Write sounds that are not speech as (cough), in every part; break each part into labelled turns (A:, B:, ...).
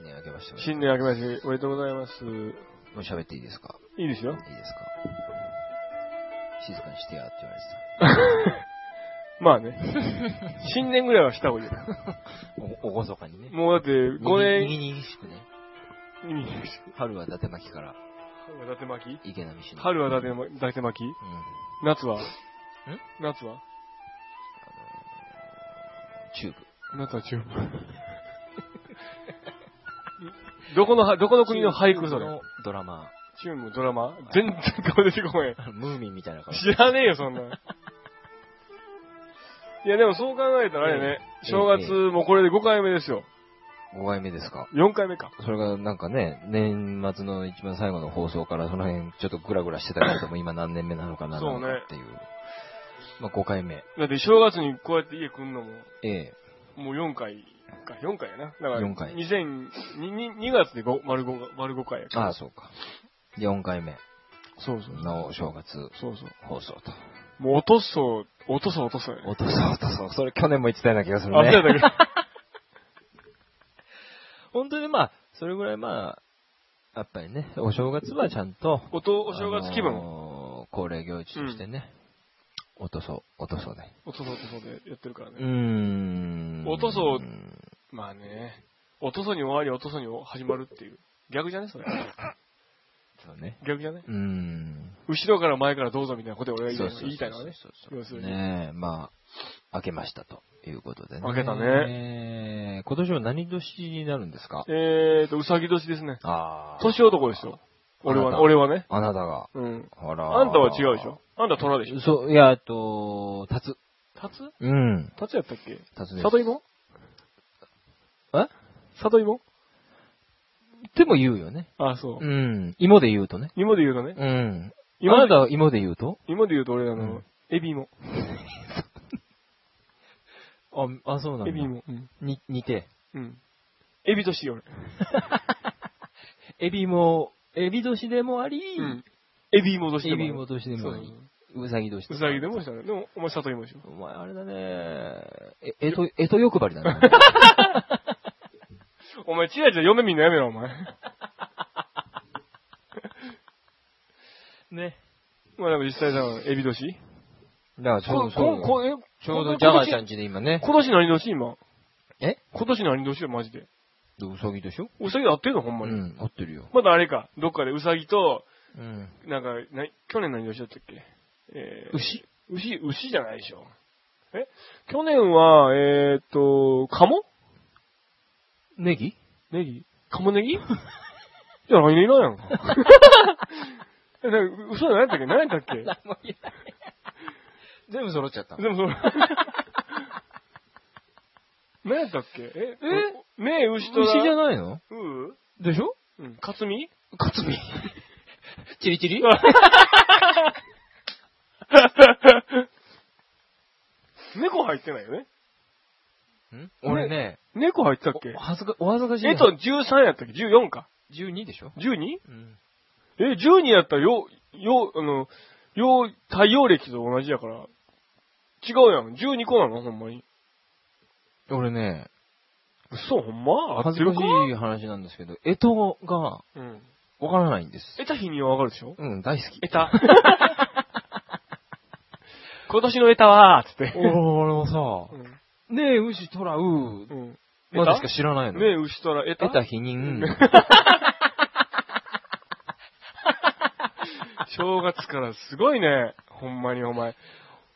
A: 新年明けましておめでとうございます。
B: もう喋っていいですか
A: いいですよ。
B: いいですか静かにしてやって言われて
A: まあね。新年ぐらいはした方がいいよ。
B: た。お、おごそかにね。
A: もうだって、5
B: 右
A: 年、
B: に右にしくね。
A: に
B: 春は伊達巻から
A: 春は伊達巻き
B: 池波市の。
A: 春は伊
B: うん。
A: 達伊達巻き
B: あの
A: 夏は夏は
B: ーチューブ。
A: 夏は中部。 (laughs) どこのは、どこの国の俳句それ
B: 中。国のドラマ (laughs)
A: チュームドラマ全然顔出てこない。
B: ー。ムーミンみたいな
A: (laughs)
B: 顔。
A: 知らねえよ、そんなん。いや、でもそう考えたらあれね、
B: ええ
A: 正月もこれで5回目ですよ。
B: 5回目ですか
A: 4回目か。
B: それがなんかね、年末の一番最後の放送からその辺ちょっとグラグラしてたけれども、今何年目なのかな
A: そうね
B: っていう。まあ5回目。
A: だって正月にこうやって家来んのも、
B: ええ。
A: もう4回か、4回やな。だから、
B: 四回
A: 2000 2, 2月で5、丸5が、丸5回や
B: ああ、そうか。4回目
A: そうそう。
B: のお正月
A: そうそう。
B: 放送と。
A: もう落とそう、落とそう落とそうやね。
B: 落とそう落とそう。それ去年も言ってたような気がする
A: あ、そうやっ
B: ね。
A: たけど。
B: 本当にまあ、それぐらいまあ、やっぱりね、お正月はちゃんと、 (laughs)
A: おと、お正月気
B: あ
A: 分、
B: のー恒例行事としてね、落とそう、落とそうね。
A: 落とそう落とそうでやってるから
B: うー
A: ね。
B: ん。
A: 落とそうまあね、落とそうに終わり、落とそうに始まるっていう。逆じゃ
B: (laughs)
A: ねそれ。
B: そうね。
A: 逆じゃね
B: うーん。
A: 後ろから前からどうぞみたいなことで俺が言い
B: そうそうそうそう
A: 言いたいのはね。要するに。
B: ねえ、まあ、明けましたということでね。
A: 明けたね
B: え今年は何年になるんですか
A: えーと、うさぎ年ですね。
B: ああ。
A: 年男ですよ。俺
B: あな
A: は、
B: た
A: 俺はね。
B: あなたが。
A: うん。
B: ほら。
A: あんたは違うでしょあんたは虎でしょ
B: そう、いや、えっと、タツ。
A: タツ
B: うん。
A: タツやったっけ
B: タツです。
A: 里芋
B: え
A: 里芋
B: でも言うよね。
A: あ、そうう。
B: ん。芋で言うとね。
A: 芋で言うとね。
B: うん。
A: 芋
B: あ
A: で
B: なたは芋で言うと
A: 芋で言うと俺あ
B: う
A: の
B: ん、
A: エビ芋。
B: (laughs) あ、あ、そう
A: エビ。芋。うん
B: に、似て。
A: うん。エビ年よ俺。
B: エビも、エビ年でもあり、
A: うん。エビ芋年
B: エ
A: でもある。
B: ビも年でもあり
A: そう、
B: うさぎ年
A: うさぎでもしたね。でも、お前里芋でしょ。
B: お前、あれだねえ、えと、えと欲張りだね。
A: お前、チラチラ嫁みんなやめろ、お前。 (laughs)
B: ね。
A: まあでも実際だから、エビ年
B: だから、ちょうど、
A: こここえ
B: ちょうど
A: こ
B: ジャガーちゃん家で今ね、
A: 今年何年今。
B: え
A: 今年何年よ、マジで。
B: うさぎでしょ
A: うさぎ合ってんの、ほん
B: う
A: まに。
B: ん、合ってるよ。
A: まだあれか、どっかでうさぎと、
B: うん。
A: なんか、な去年何年だったっけえー、
B: 牛
A: 牛、牛じゃないでしょ。え去年は、えーっと、カモ
B: ネギ
A: ネギカモネ (laughs) ギいや、来年いらんやんか。 (laughs) えなんか嘘じゃないったっけ何やったっけ
B: (laughs) 全部揃っちゃった。
A: でもその、 (laughs) 何やったっけえ、えねえ、牛と
B: 牛じゃ
A: な
B: ないの
A: うう
B: でしょ
A: うん、かつ (laughs) み
B: カツミ。 (laughs) チリチリ
A: 猫入ってないよね
B: 俺ね、
A: 猫入ってたっけ
B: お恥ずか、お恥ずかしい。
A: えっと、、13やったっけ ?14 か。
B: 12でしょ
A: 12?
B: うん。
A: え、12やったら、よ、よ、あの、よ、太陽暦と同じやから、違うやん。12個なのほんまに。
B: 俺ね、
A: 嘘、ほんま合っ
B: 恥
A: て
B: ずか
A: る
B: しい
A: か
B: 話なんですけど、えとが
A: うん。
B: わからないんです。
A: 得た日にはわかるでしょ
B: うん、大好き。
A: 得 (laughs) た。今年の得たわーつって。
B: 俺も
A: う
B: さ、
A: ん
B: ねえ、牛とらう、
A: うん。
B: までし
A: 得
B: か知らない
A: た
B: の。
A: ねえ、牛とら得た
B: 得た否認。
A: 正月からすごいね。ほんまにお前。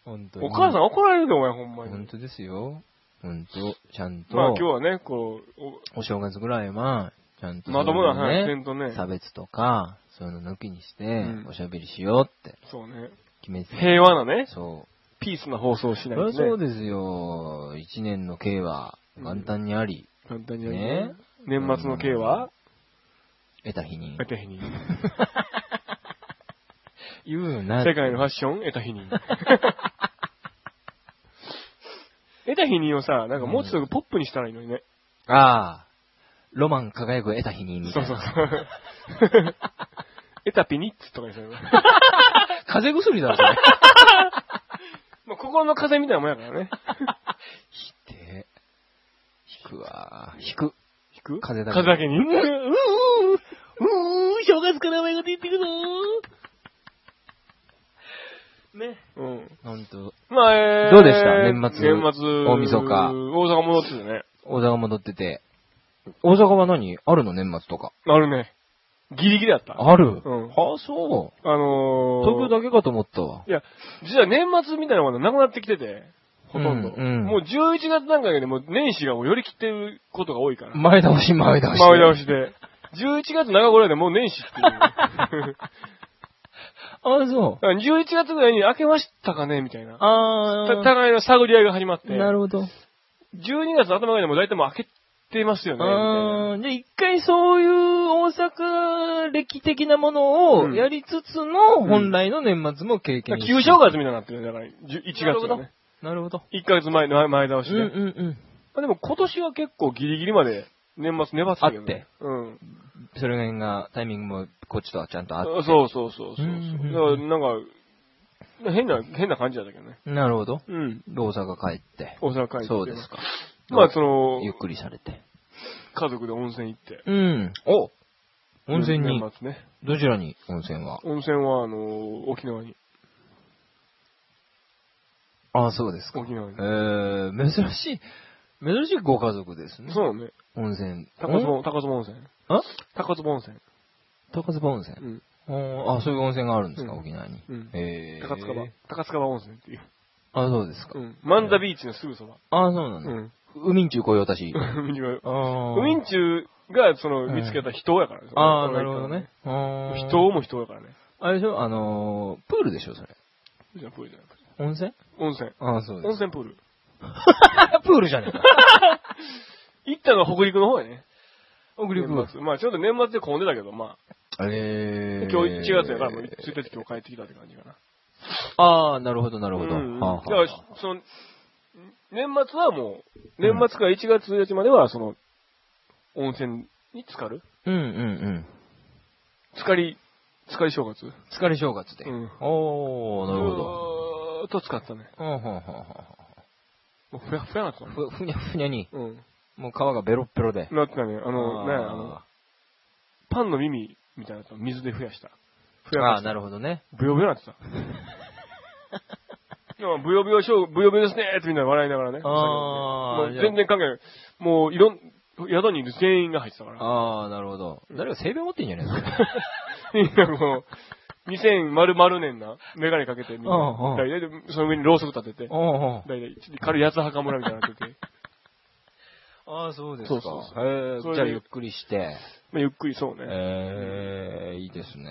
B: 本当に。
A: お母さん怒られるで、お前、ほんま
B: 本
A: に。
B: 当ですよ。本当ちゃんと、
A: まあ今日はね、こう、
B: お正月ぐらいは、ちゃんと
A: お
B: そうい
A: ま
B: う
A: と
B: のね、
A: もな話せんとね。
B: 差別とか、そういうの抜きにして、
A: うん
B: おしゃべりしようって
A: そうね。
B: 決めて。
A: 平和なね、
B: そう。
A: ピースな放送をし
B: そ
A: ない
B: り
A: と
B: ゃそう
A: ね。
B: ですよ。一年の刑は、元旦にあり、
A: 簡単にやる
B: ね
A: ね。年末の刑は、
B: 得た日に
A: 得。た日に。
B: (laughs) 言うよな。
A: 世界のファッション、得た日に。 (laughs) 得た日にをさ、なんかもうちょっとポップにしたらいいのにね。
B: ああ。ロマン輝く得た日に、みた
A: そ
B: いうな。
A: そうそう。
B: (laughs)
A: 得たピニッツとかにしたらいいのに
B: 風邪薬だろ、それ。
A: まあ心の風みたいなもんやからね。
B: 引くわ。引く。
A: 聞く
B: 風だけ
A: 風だけに。うーうーうーうー正月からお前が出てくぞ
B: ね。
A: ーうん。
B: ほんと、
A: まあ、えー、
B: どうでした年末
A: 年末。
B: 大晦日
A: 大阪戻っててね。
B: 大阪戻ってて。大阪は何あるの年末とか。
A: あるね。ギリギリだった。
B: ある
A: うん
B: あ、そう。
A: あのー、
B: 東京だけかと思ったわ。
A: いや、実は年末みたいなものはなくなってきてて、ほとんど。
B: うんうん
A: もう11月なんかよりも年始がもう寄り切ってることが多いから。
B: 前倒し、前倒し。
A: 前倒しで。11月中頃でもう年始っていう。
B: (laughs) あ、そ
A: だから11月ぐらいに明けましたかねみたいな。
B: う。あ
A: た互いの探り合いが始まって。
B: なるほど。
A: 12月頭ぐらいでもう大体もう明けてますよね。みたいな
B: あーじゃあ一回そういう大阪歴的なもの
A: う
B: を
A: ん
B: やりつつの
A: うん
B: 本来の年末も経験
A: だか
B: し
A: ら
B: て
A: 旧正月みたいになってるねだから、
B: なる
A: 1
B: ほ
A: 月が
B: ど
A: ね。。
B: なるほど。
A: 1ヶ月前の前倒し
B: うん
A: で。
B: う
A: ま
B: ん
A: あでも今年は結構ギリギリまで年末粘ってたけどね。うん。
B: うん。それが、タイミングもこっちとはちゃんとあっ
A: そうそうそうそうそうう。
B: ん
A: だからなんか、変な、変な感じだったけどね。
B: て。なるほど。
A: うん。
B: 大阪帰って。
A: 大阪帰って。
B: そうですか。
A: まあその、
B: ゆっくりされて。
A: 家族で温泉行って。
B: うん。お温泉に、
A: 年末ね。
B: どちらに温泉は
A: 温泉は、あの、沖縄に。
B: あ、そうですか。
A: 沖縄に
B: え。ー、珍しい、珍しいご家族ですね。
A: そうね。
B: 温泉。
A: 高津温高津温泉。
B: あ
A: 高津温泉。
B: 高津場温泉
A: う。ん。
B: おーあ、そういう温泉があるんですか、
A: うん
B: 沖縄に。
A: うん
B: えー、
A: 高津川。高津川温泉っていう。
B: あ、そうですか。
A: うん。マンダビーチのすぐそば。
B: あ、そうなん
A: う
B: だ。
A: ん。
B: 海んちゅう雇用たし。
A: (laughs)
B: あ
A: ウィン
B: ち
A: チューが、その、
B: うん
A: 見つけた人やからね。
B: あー、
A: その
B: なるほどね。。あー
A: 人も人やからね。
B: あれでしょあのー、プールでしょそれ。
A: じゃあプールじゃなくて。
B: 温泉
A: 温泉。
B: あー、そう
A: 温
B: です。
A: 泉プール。
B: (laughs) プールじゃねえ
A: (laughs)
B: か。
A: 行ったのは北陸の方やね。
B: 北陸
A: 年末。まあちょっと年末で混んでたけど、まあ。
B: えー。
A: 今日1月やから、もう1日今日帰ってきたって感じかな。
B: あー、なるほど、なるほど。
A: うんうん
B: はあ
A: だから
B: はあ、
A: その、年末はもう、年末から1月1日までは、その、温泉に浸かる
B: うんうんうん。
A: 浸かり、浸かり正月
B: 疲れ正月で。
A: うん
B: おー、なるほど。。
A: ずーっと使ったね。
B: うん、はんはんはん
A: もうふやふやなったもん
B: はんふ、ふにゃふにゃに、
A: うん。
B: もう皮がベロッベロで。
A: なってたね。あの、ね、あの
B: あ、
A: パンの耳みたいなやつを水で増やした。
B: ー
A: ふや
B: あー、なるほどね。
A: ブヨブヨなって (laughs) た。でもブヨブヨショー、ブヨブヨですねーってみんな笑いながらね。
B: あー
A: もう全然関係ない。もういろん、宿にいる全員が入ってたから。 (laughs)
B: ああ、なるほど。誰か性病持ってんじゃないですか。
A: みんなもう、2000年な、メガネかけて、みん
B: うんう
A: な。
B: ん
A: 大体で、その上にろうそく立 (laughs) てて、
B: あ
A: 大体、ちょっと軽い八つ墓村みたいになって
B: (laughs)
A: て、
B: あー、そうですか。
A: そうそうそ
B: へー
A: それで
B: じゃあゆっくりして。
A: まあ、ゆっくりそうね。
B: えー、いいですね。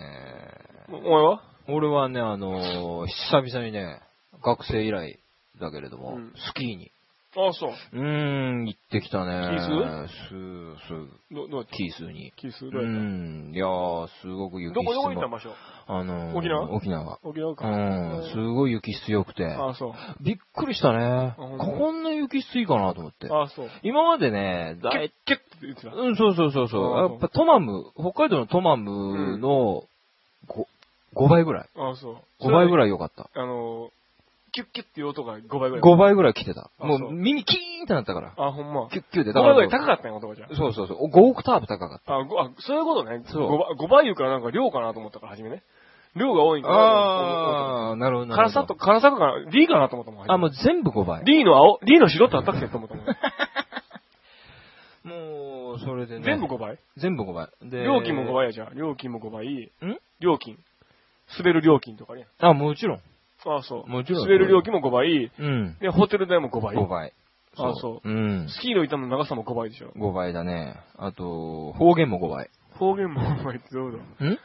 A: おお前は
B: 俺はね、あのー久々にね、学生以来だけれども、
A: うん
B: スキーに。
A: ああ、そう。
B: うーん、行ってきたね。キース
A: ど、どうやっ
B: ス、キースに。
A: たキス
B: う
A: どうやった
B: ん、いやー、すごく雪質
A: ど
B: も
A: こどこ行った場所
B: あのー
A: 沖縄
B: 沖縄。
A: 沖縄
B: う
A: か。
B: ん、すごい雪質良くて。
A: ああ、そう。
B: びっくりしたね。
A: ほんと
B: こんな雪質いいかなと思って。
A: ああ、そう。
B: 今までね、だ
A: ケッ
B: い、、
A: ケッって言ってた。
B: うん、そうそうそうそう。
A: あ
B: や
A: ー
B: っぱトマム、北海道のトマムの5、5倍ぐらい。
A: ああ、そう。
B: 5倍ぐ
A: い。
B: らい良かった。
A: あの、キュッキュッっていう音が5倍ぐらい。
B: 5倍ぐらい来てた。
A: あ
B: も
A: そうう
B: 耳キーンってなったから。
A: あ、ほんま。5
B: キュッキュッで。だ
A: 倍ぐらい高
B: か
A: かったんや、男じゃん
B: ら。そうそうそう。5オクターブ高かっ
A: あ、ごあそういうことね。
B: そう
A: 5倍、五倍言うからなんか量かなと思ったから、初めね。量が多いん
B: た。
A: かなと思っ
B: あー、なるほど
A: た。
B: なるほ
A: 辛
B: ど。
A: さと、辛さとか、D かなと思ったもん。初め
B: あ、もう全部5倍。
A: D の青、D の白ってあったっけと思ったもん。
B: もう、それでね。
A: 全部5倍
B: (laughs) 全部5倍。で
A: 料金も5倍やじゃん。料金も5倍。
B: ん
A: 料金。滑る料金とかね。
B: あ、もちろん。
A: ああ、そう。
B: もちろん
A: 滑る料金も5倍。
B: うん。
A: で、ホテル代も5倍。
B: 5倍。。
A: あそう
B: うん。
A: スキーの板の長さも5倍でしょ。
B: 5倍だね。あと、方言も5倍。
A: 方言も5倍ってどうだ
B: ん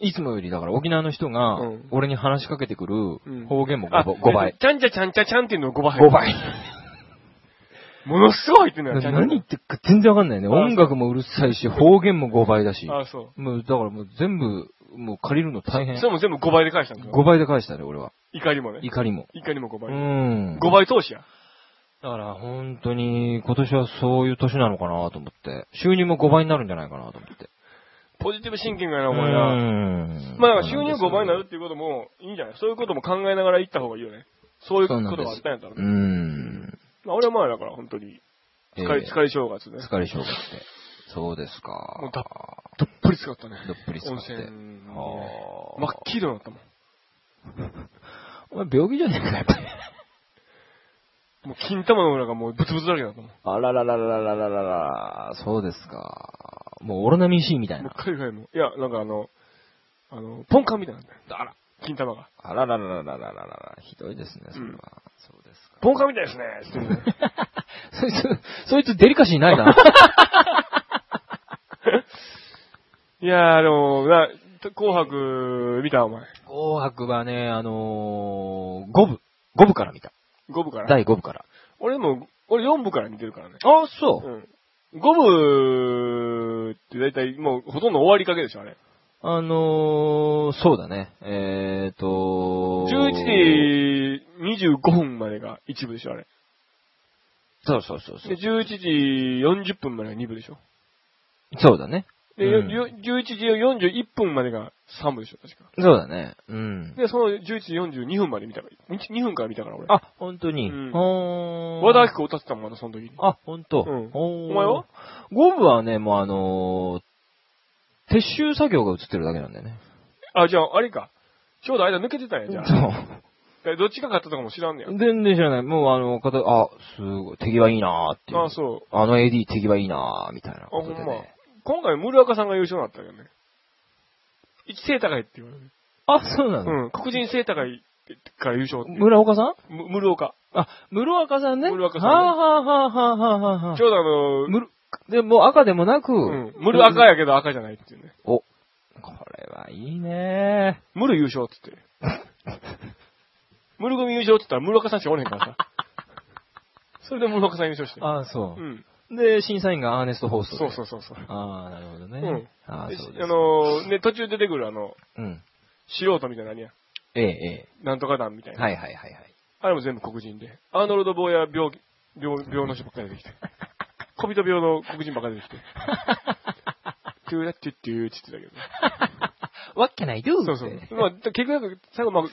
B: いつもより、だから沖縄の人が
A: うん、
B: 俺に話しかけてく
A: うん
B: る方言も
A: あ、
B: 5倍。
A: ちゃんちゃちゃんちゃちゃんっていうのが5倍。
B: 5。倍。
A: ものすごい入ってん (laughs) のよ、ちゃんちゃ
B: 何言ってっか全然わかんないね。
A: あそう
B: 音楽もうるさいし、方言も5倍だし。
A: ああ、そう。
B: もう、だからもう全部、もう借りるの大変
A: そ。れも全部5倍で返したんだよ。
B: 5倍で返したね、俺は。
A: 怒りもね。
B: 怒りも。
A: 怒りも5
B: う
A: 倍。
B: ん。
A: 5倍投資や。
B: だから本当に、今年はそういう年なのかなと思って。収入も5倍になるんじゃないかなと思って。
A: ポジティブシンキングやな、
B: う
A: お前な。
B: ん。
A: まあ、収入5倍になるっていうこともいいんじゃないそういうことも考えながら行った方がいいよね。そういう
B: そ
A: こ
B: う
A: と
B: なんです
A: があったんやったら
B: う
A: ね。
B: ん。
A: まあ、俺はまあだから本当に、疲れ、
B: えー
A: 疲れ正月ね。
B: 疲れ性がって。そうですか。
A: もうたどっぷり使ったね。
B: どっぷり使って
A: 温泉にね
B: はあ
A: 真っ黄色になったもん。
B: お前病気じゃねえか、やっぱり。
A: もう金玉の裏がもうブツブツだらけだったもん。も
B: あららららららららそうですか。もうオロナミン C みたいうな。
A: 海外も。いや、なんかあの、あの、ポンカンみたいなんだよ。
B: あら。
A: 金玉が。
B: あららららららららひどいですね、それは。
A: うん
B: そうですか。
A: ポンカンみたいですねつってね
B: そいつ、そいつデリカシー (laughs) ないな。
A: (laughs) いやー、でも、な、紅白見たお前。
B: 紅白はね、あのー、5部。5部から見た。
A: 5部から。
B: 第5部から。
A: 俺も、俺4部から見てるからね。
B: あ、そうう。
A: ん。5部って大体もうほとんど終わりかけでしょ、あれ。
B: あのー、そうだね。えーと、
A: 11時25分までが1部でしょ、あれ。
B: そうそうそうそ
A: で、
B: う。
A: 11時40分までが2部でしょ。
B: そうだね。
A: で、
B: うん
A: よ11時41分までが3部でしょ、確か。
B: そうだね。うん。
A: で、その11時42分まで見たから、2分から見たから俺。、
B: あ、本当に。
A: うん
B: ほー
A: 和田明子歌ってたもん、まだその時に。
B: あ、ほんと。
A: うん
B: お
A: お前は
B: ゴムはね、もうあのー撤収作業が映ってるだけなんだよね。
A: あ、じゃあ、あれか。ちょうど間抜けてたんや、じゃあ。
B: そ
A: えどっちが勝ったとかも知らんねや
B: う。。全然知らない。もうあの、方、あ、すごい、手際いいなーっていう。
A: あ、そう。
B: あの AD 手際いいなーみたいな
A: あ、
B: こ
A: ほ
B: と
A: ん
B: で
A: ま
B: ね。。
A: 今回、村岡さんが優勝になったけどね。一背高いって言われる。
B: あ、そうなの、
A: うん。黒人背高いから優勝って。
B: 村岡さん
A: む村岡。
B: あ、室岡さんね。
A: 室岡さんね
B: はあ、はあはあはあはあはあ
A: ちょうどあの、
B: むるでも赤でもなく、
A: うん。ムル赤やけど赤じゃないっていうね。
B: お、これはいいね
A: ムル優勝っつ (laughs) って。ムル組優勝って言ったら村岡さんしかおれへんからさ。それで村岡さん優勝して
B: ー。。あ、そう
A: う、ん。
B: で、審査員がアーネスト・ホーストで。
A: そうそうそうそう。
B: ああ、なるほどね。
A: うん
B: ああ、
A: で
B: そうです。
A: あ、のー、ね、途中出てくるあの、
B: うん。
A: 素人みたいなのや。
B: ええ、え
A: なんとか団みたい
B: え。
A: な。
B: はいはいはいはい。
A: あれも全部黒人で。アーノルド・坊や病気、病、病の人ばっかり出
B: (laughs)
A: てきて。小人病の黒人ばっかり出てきて。トゥーラッチュッテューって言ってた
B: わっけないど
A: けど。そうそう。まあ、結局、最後、まあ、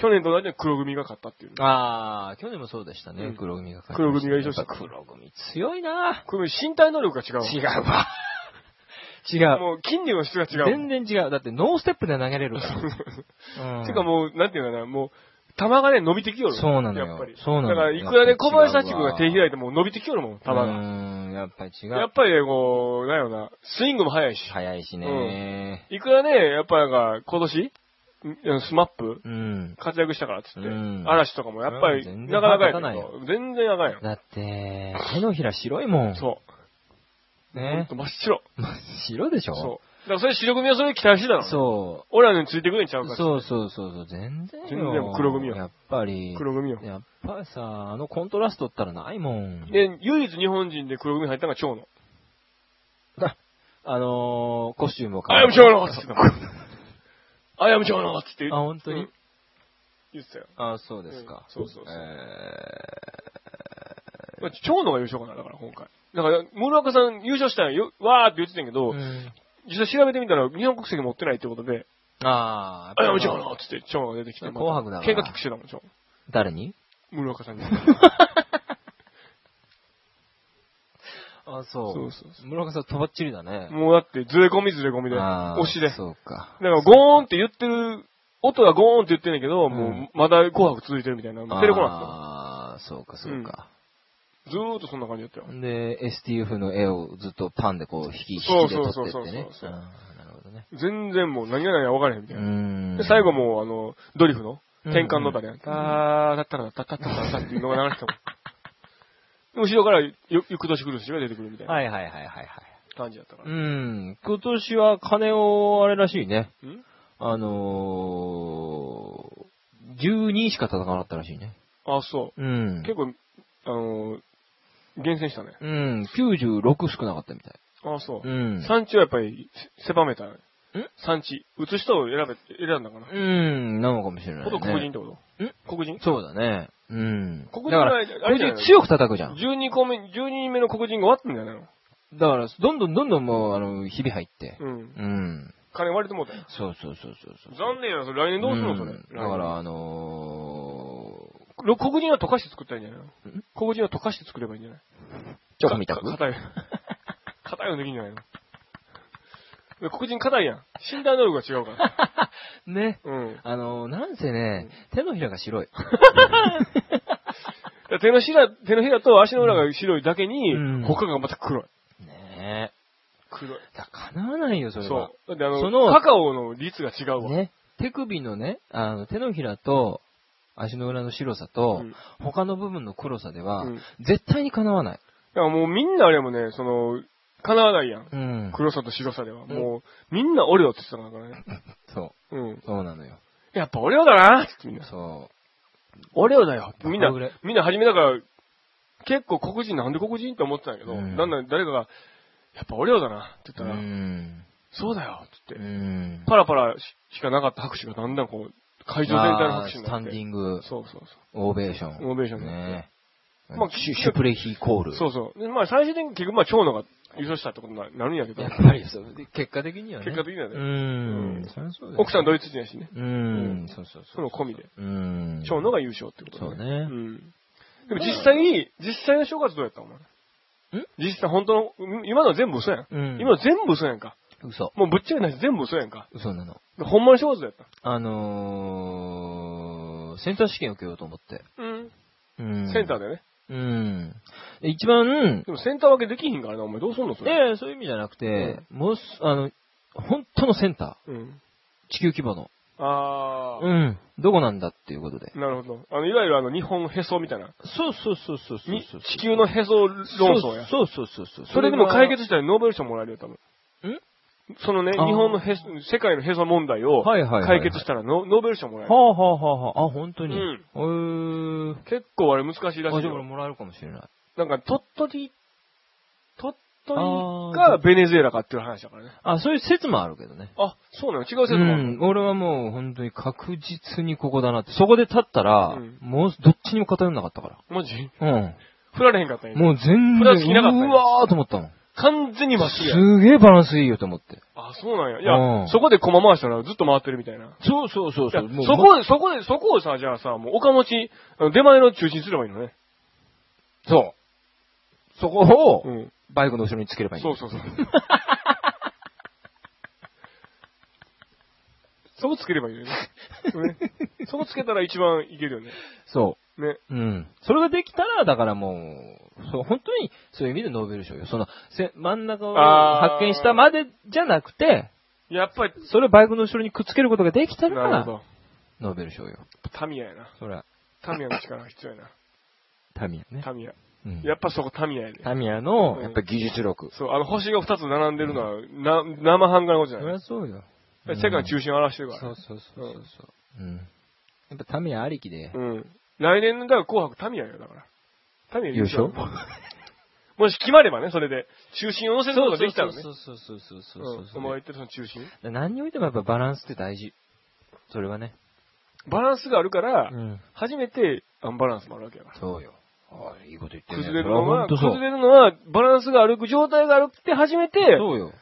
A: 去年と同じように黒組が勝ったっていう。
B: ああ、去年もそうでしたね。
A: うん
B: 黒組が勝ち
A: 黒
B: まし
A: 組
B: た
A: が優勝した
B: やっぱ黒組強いな
A: これ身体能力が違うわ。
B: 違うわ。違う。
A: もう筋肉の質が違うわ。
B: 全然違う。だってノーステップで投げれるか
A: う (laughs)
B: ら。
A: んてかもう、なんていうのかな、もう、玉がね、伸びてきよる。
B: そうなのよ
A: やっぱり。
B: そうなのよ
A: だから、いくらね、小林幸子
B: やっ
A: が
B: ぱ違うわ
A: 手開いても伸びてきよるもん、
B: う
A: 玉が。
B: ん、やっぱり違
A: や
B: う
A: っ。ぱりね、こう、なんやろな、スイングも速いし。
B: 早いしね。
A: いくらね、やっぱなんか、今年、んスマップ
B: うん。
A: 活躍したからっつって、
B: うん
A: 嵐とかもやっぱり、
B: うん
A: なかなかやけ
B: 全然歯立たない
A: ど、全然あかんよ。
B: だって、手のひら白いもん。
A: そう。ほん
B: ね
A: と。真っ白。
B: 白でしょ
A: そう。だからそれ白組はそれ期待してたの。う。
B: そう。
A: 俺らについてくれんちゃうから。
B: そうそうそうそう、全然よ。
A: 全然黒組よ
B: やっぱり。
A: 黒組よ。
B: やっぱりさ、あのコントラストったらないもん。
A: で、唯一日本人で黒組入ったのが蝶野。
B: あのー、コスチュームを
A: あやむ蝶野っつってたもん。あやむ蝶野っつって。
B: あ本当に
A: うん言ってたよ。
B: あ、そうですか。
A: うんそうそうそう
B: え
A: まあ蝶野が優勝かな、だから今回。だから、村岡さん優勝したんよ、わーって言ってたんやけ
B: ー
A: ど、
B: うん
A: 実際調べてみたら日本国籍持ってないってことで、
B: あー
A: あ、
B: やっぱ
A: やめ
B: り
A: ちゃうなっつって、蝶が出てきて。
B: 紅白だから
A: 喧嘩キックしてたもん、蝶。
B: 誰に
A: 村岡さんに。
B: あ、そう。
A: そうそうそ
B: 村岡さん、とばっちりだね。
A: もうだって、ずれ込みずれ込みで、
B: あー
A: 押しで。だか
B: そうか。
A: ら、ゴーンって言ってる、音がゴーンって言ってんねんけど、もう、まだ紅白続いてるみたいな。テレコなん
B: ああ、そうか、そうか。
A: ですよ。ずーっとそんな感じだったよ。
B: で、STF の絵をずっとパンでこう、引き、引き
A: そう
B: で
A: そうそ
B: 撮
A: う
B: って
A: そう
B: ってね。
A: そうそう
B: あーなるほどね。
A: 全然もう、何が何が分からへんみた
B: う
A: いな。
B: ーん。
A: で、最後もう、あの、ドリフの、
B: うん
A: 転換の歌で、ター、タッタラタッタッタッタッタっていうのが流れてたもん。で後ろから、よ、ゆく年来る年が出てくるみたいな
B: はいはいはいはいはい。
A: 感じだったか
B: う
A: ら。
B: ん。今年は金を、あれらしいね。
A: うん
B: あのー、12しか戦わなかったらしいね。
A: あ、そう。
B: うん。
A: 結構、あのー、厳選したね。
B: うん。96少なかったみたい。
A: ああ、そう
B: う。ん。
A: 産地はやっぱりせ狭めた。ん産地。移す人を選べ、選んだかな。
B: うん、なのかもしれない、ね。
A: こと黒人ってこと
B: ん
A: 黒人
B: そうだね。うん。
A: 黒人
B: だか
A: はあれ
B: ら、
A: じゃない
B: 黒人強く叩くじゃん。
A: ?12 個目、12人目の黒人が終わったんじゃないの
B: だから、どんどんどんどんもう、あの、日々入って。
A: うん。
B: うん。
A: 金割れてもうたよ。
B: そうそうそうそうそう。
A: 残念やな、それ来年どうすんのそれ。
B: ん
A: 来年
B: だから、あの
A: ろ黒人は溶かして作ったらいいんじゃないの
B: ん
A: 黒人は溶かして作ればいいんじゃない (laughs)
B: ー、ちょっと見たく
A: か硬い。硬いのできんじゃないので黒人硬いやん。診断能力が違う
B: (laughs)
A: から。
B: ね。
A: うん。だか
B: あの、なんせね、手のひらが白い。 (laughs)
A: ら手のひら、手のひらと足の裏が白いだけに、
B: うん
A: 他がまた黒い。
B: ね
A: 黒い。
B: え。だから叶わないよ、それは
A: そ。う。だってあの、
B: その
A: カカオの率が違うわ。
B: ね。手首のね、あの、手のひらと、足の裏の白さと、
A: うん
B: 他の部分の黒さでは、
A: うん
B: 絶対に叶わない。
A: だからもうみんなあれもね、その、叶わないやん。
B: うん。
A: 黒さと白さでは。
B: ん
A: もう、みんな俺よって言ってたからね。
B: そう。
A: うん。
B: そうなのよ。
A: やっぱ俺よだなってみんな。
B: そ
A: 俺よだよってみんな
B: バカ売れ、
A: みんな初めだから、結構黒人なんで黒人って思ってたんやけど、
B: うん
A: だんだん誰かが、やっぱ俺よだなって
B: う。う
A: 言ったら、
B: ん。
A: そうだよって
B: う
A: 言って、
B: ん。
A: パラパラしかなかった拍手がだんだんこう、会場全体の拍手
B: あース
A: に
B: タ
A: なっ
B: ン
A: て。
B: ディング、
A: そうそう
B: オーベーション。
A: オーベーション
B: ねえ。
A: まあ
B: シュシュプレヒーコー
A: そ
B: ル。
A: う。そうそう。で、まあ最終的に結局まあ長野が優勝したってことにななるんやけど
B: やっ、ぱりそう、で結果的にはね。
A: 結果的にはね
B: うん
A: う。ん
B: そりゃそうだよね
A: 奥さんドイツ人やしね、
B: うん。そうそう
A: そ
B: そう。
A: の込みで、
B: うん。
A: 長野が優勝ってこと
B: そうね
A: うん。でも実際に、実際の正月どうやったお前。
B: ん
A: 実際本当の、うん今のは全部嘘やん。
B: うん
A: 今の全部嘘やんか。
B: 嘘。
A: もうぶっちゃけなし全部嘘やんか。
B: 嘘なの。
A: でほんまの正月どうやっ
B: あのー、センター試験受けようと思って。
A: たうん。
B: うん。
A: センター
B: で。
A: だよね。
B: うん。で一番、
A: でもセンター分けできひんからな、お前どうすんのそ
B: い
A: れ。
B: やいや、そういう意味じゃなくて、もうす、あの、本当のセンタ
A: うん。
B: ー。地球規模の。
A: あー。
B: うん。どこなんだっていうことで。
A: なるほど。あの、いわゆるあの、日本へそみたいな。
B: そうそうそうそうそう
A: に
B: そう。
A: 地球のへそ論争や。
B: そうそうそうそう。
A: それでも解
B: ん
A: 決したらノーベル賞もらえるよ、多分。そのね、日
B: あー
A: 本のへそ、世界のへそ問題を
B: はいはいはいはい
A: 解決したらノノーベル賞もらえ
B: は
A: る。
B: あはあはあはあ。あ、本当に。
A: う
B: うんん。へ
A: 結構あれ難しい
B: え。
A: らし
B: あ、
A: い
B: じゃあ俺
A: よ。
B: もらえるかもしれない。
A: なんか、鳥取、鳥取
B: あ
A: か
B: ー
A: ベネズエラかっていう話だからね。
B: あ、そういう説もあるけどね。
A: あ、そうなの違う
B: う
A: 説もある。
B: ん、俺はもう本当に確実にここだなって。そこで立ったら、
A: うん
B: もうどっちにも偏んなかったか
A: マジ
B: ら。
A: 振られへんかったん
B: う
A: や
B: ん。もう全
A: プ
B: 然、
A: ラス着なかったね
B: うわーと思ったもん。
A: 完全にまっすぐや。
B: すげえバランスいいよと思って。
A: あ、そうなんや。いうや、
B: ん
A: そこで駒回したらずっと回ってるみたいな。
B: そうそうそう
A: いや
B: そ。
A: そう
B: もう
A: こで、そこで、そこをさ、じゃあさ、もう、岡持ち、あの出前の中心にすればいいのね。
B: そう。そこを、
A: うん。
B: バイクの後ろにつければいい。
A: そうそうそう。そこつければいいよね。ねそこつけたら一番いけるよね。
B: そ
A: ね。
B: う。うん。それができたら、だからもう、そう、本当に、そういう意味でノーベル賞よ。その、せ真ん中を
A: あー
B: 発見したまでじゃなくて、
A: やっぱり、
B: それをバイクの後ろにくっつけることができた
A: なる
B: ら、
A: ほど。
B: ノーベル賞よ。
A: タミヤやな。
B: そりゃ、
A: タミヤの力が必要やな。
B: タミヤね。
A: タミヤ。
B: うん
A: やっぱそこタミヤやで。
B: タミヤ
A: う
B: の、
A: ん
B: やっぱ技術力。
A: そう、あの星が2つ並んでるのは、な、生半可なことじ
B: そ
A: ゃ
B: り
A: ない。
B: ゃそうよ。
A: 世界の中心を表してるから
B: そ
A: ね。
B: うそうそうそうそう。うん。やっぱタミヤありきで。
A: うん。来年の、だから紅白タミヤよ、だから。タミヤ
B: 優勝
A: もし決まればね、それで。中心を乗せることができたらね。
B: そうそうそうそうそう
A: う
B: そ
A: ん
B: う。
A: お前が言ってるその中心。
B: 何においてもやっぱバランスって大事。それはね。
A: バランスがあるから、
B: ん。
A: 初めてアンバランスもあるわけだから。
B: そうよ。ああ、いいこと言ってるね。
A: 崩れるのは、
B: それはほんとそう
A: 崩れるのは、バランスが歩く状態が歩くって初めて、
B: そうよ。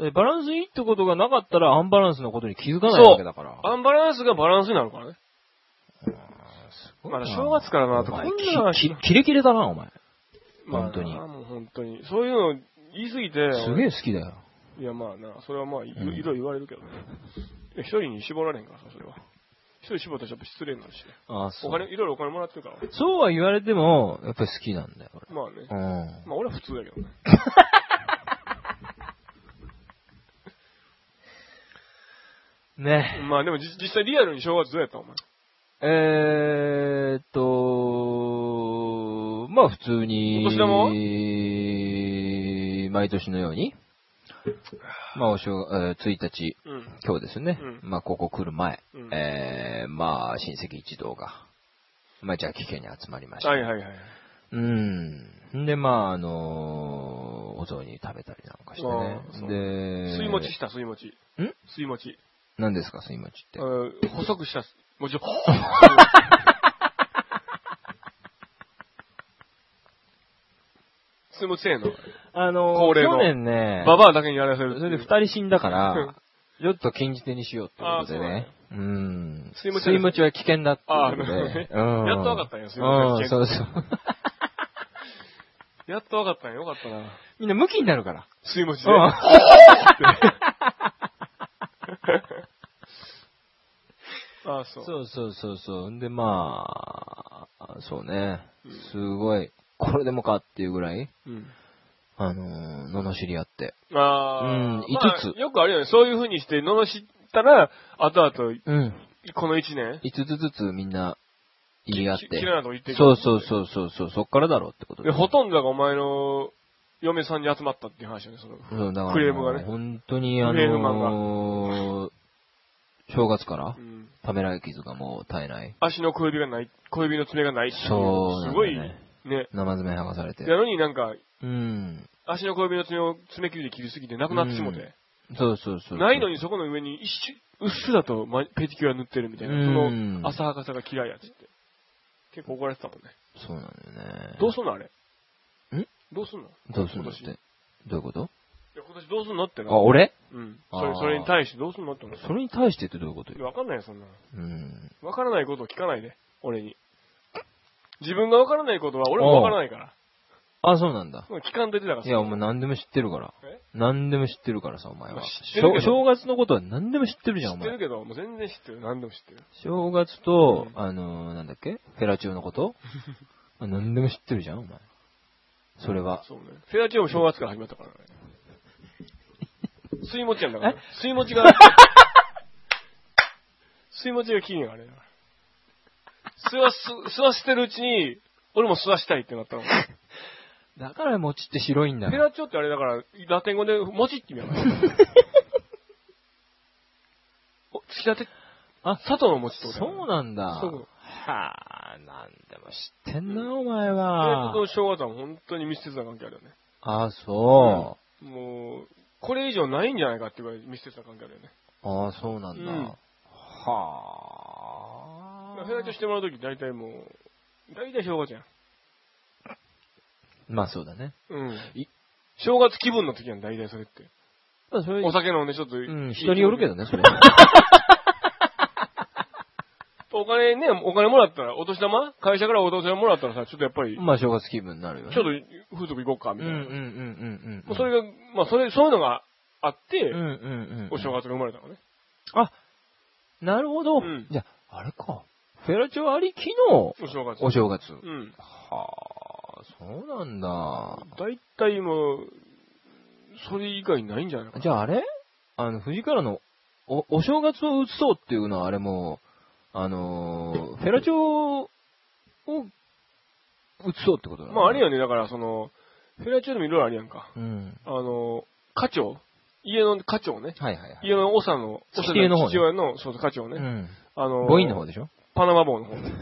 B: えバランスいいってことがなかったらアンバランスのことに気づかないわけだから。
A: アンバランスがバランスになるからね。
B: すごい
A: ま
B: な
A: だ正月からな、と
B: お
A: こ
B: 前
A: んな
B: き
A: 話
B: きキレキレだな、お前。
A: まあ
B: 本当に
A: もう本当に。そういうの言いすぎて、
B: すげえ好きだよ。
A: いやまあな、それはまあ、いい
B: うん
A: ろいろ言われるけどね。いや一人に絞られへんからさ、それは。一人絞ったらやっぱ失礼になるしね。
B: ああ、
A: お金、。いろいろお金もらってるから。
B: そうは言われても、やっぱり好きなんだよ、俺。
A: まあね。
B: うん。
A: まあ俺は普通だけどね。
B: ね。
A: まあでもじ実際リアルに正月どうやったお前。
B: えーっと、まあ普通に、
A: お年玉は
B: 毎年のように、まあお正月、えー1日、
A: うん。
B: 今日ですね、
A: う
B: まあここ来る前、
A: うん
B: えー、まあ親戚一同が、まあじゃあ危険に集まりました。
A: はいはいはい。
B: うん。で、まああのーお雑煮食べたりなんかして
A: あーそう
B: ね。で、
A: 水餅した、水餅。
B: ん
A: 水餅。
B: 何ですか、水餅って。
A: うん細くした、
B: (laughs)
A: もちろん。水餅せえの。
B: あのー
A: 恒例の
B: 去年ね、
A: ババアだけにやらせる。
B: それで二人死んだから、
A: うん
B: ちょっと禁じ手にしようってことでね。うん。
A: 水餅
B: 水餅は危険だって
A: ああ
B: こ
A: な
B: と
A: るほど
B: で
A: ね。やっとわかったんや水餅
B: う
A: は危
B: ん、
A: 険
B: そうそう。
A: やっとわかったんやよかったな。
B: みんなムキになるから。
A: 吸い持 (laughs) ちで。
B: うん
A: ああ、そう。
B: そうそうそうそう。んで、まあ、そうね。すごい。これでもかっていうぐらい、
A: うん。
B: あのー、罵り合って。
A: ああ、
B: うん
A: まあ
B: 五つ
A: よくあるよね。そういう風にして、罵ったら、後々、
B: うん。
A: この一年、
B: 5つずつみんな言い合っ
A: きき
B: て
A: 嫌い。なとこ行ってくる
B: そうそうそうそうそう、そっからだろうってこと
A: で、ほとんどがお前の嫁さんに集まったっていう話だね、その。
B: そうだから
A: クレームがね
B: 本当にあ
A: クレームマン
B: のー、正月から
A: うん。
B: ためらい傷がもう絶えない。
A: 足の小指がない、小指の爪がないってい
B: そうなん
A: す
B: だ
A: ごい、
B: ね
A: ね。
B: 生爪剥がされて
A: な。のになんか、
B: うん。
A: 足の小指の爪を爪切りで切りすぎてなくなってしもて。
B: そうそうそう。
A: ないのにそこの上に一種、うっすらとまペティキュア塗ってるみたいな。
B: うん
A: その浅はかさが嫌いやつって。結構怒られてたもんね。
B: そうなんだよね。
A: どうすんのあれ。
B: ん
A: どうすんの
B: どうすんのっ
A: 今
B: て。
A: 年
B: どういうこと
A: いや今年どうすんのってな。
B: あ、俺
A: うん。
B: あー
A: それ、それに対してどうすんのって思って
B: それに対してってどういうこと
A: い
B: よ
A: や。わかんないよ、そんなの。
B: うん。
A: わからないことを聞かないで、俺に。自分がわからないことは俺もわからないから。
B: あ、そうなんだ。
A: そんな聞かんといてたから
B: いや、お前何でも知ってるから
A: え。
B: 何でも知ってるからさ、お前は。
A: まあ知ってるけど
B: 正正月のことは何でも知ってるじゃん、お
A: 知ってる
B: 前。
A: けど、もう全然知ってる。何でも知ってる。
B: 正月と、
A: うん
B: あのー、なんだっけフェラチオのことあ何でも知ってるじゃん、お前。それは。
A: そうね。フェアチオも正月から始まったからね。水持ちやんだから
B: え。
A: 水持
B: (laughs)
A: ちが、水持ちが金やからね。吸わす、吸わしてるうちに、俺も吸わしたいってなったの。フ
B: だから餅って白いんだ
A: ェ
B: な。
A: ラチオってあれだから、ラテン語で、もちって意味やからね。
B: (laughs)
A: お、突き立て、
B: あ、
A: 佐藤の餅ってことだよね
B: そうなんだ。
A: そう
B: はあ、なんでも知ってんな、お前
A: こ
B: は
A: の。正月は本当に密接な関係あるよね。
B: あ、そ
A: もう、これ以上ないんじゃないかっていうぐらい密接な関係あるよね。
B: う。ああ、そうなん
A: うん
B: だ。はあ。
A: フェラチオしてもらうとき大体もう、大体正月じゃん。
B: まあそうだね。
A: うん
B: い。
A: 正月気分の時は大体それって。
B: まあそれ
A: お酒飲んでちょっと。
B: うん、人によるけど
A: ね。
B: ね、それ。
A: お金ね、お金もらったら、お年玉会社からお年玉もらったらさ、ちょっとやっぱり、
B: (laughs) まあ正月気分になるよね。
A: ちょっと風俗行こうか、み
B: うん
A: た
B: う
A: い
B: ん
A: な。
B: うんうんうん。
A: もうそれが、まあそれ、そういうのがあって、
B: うんうんうん。
A: お正月が生まれたのね。
B: なるほど。
A: うん
B: じゃあ、あれか。フェラチオありきの
A: お正月。
B: お正月。
A: うん。
B: はあ、そうなんだ。
A: 大体もう、それ以外ないんじゃないかな。
B: じゃああれあの、藤からの、お、お正月を移そうっていうのはあれも、あのー、フェラチオを移そうってことなの
A: まああれやね、だからその、フェラチオでもいろいろあるやんか。
B: うん。
A: あの、家長家の家長ね。
B: はいはいはい。
A: 家の長の、長
B: 父親の方ね
A: 父親の、そうそう、家長ね。
B: うん。
A: あの、
B: 母音の方でしょ
A: パナマ棒の
B: (laughs)
A: 方ね。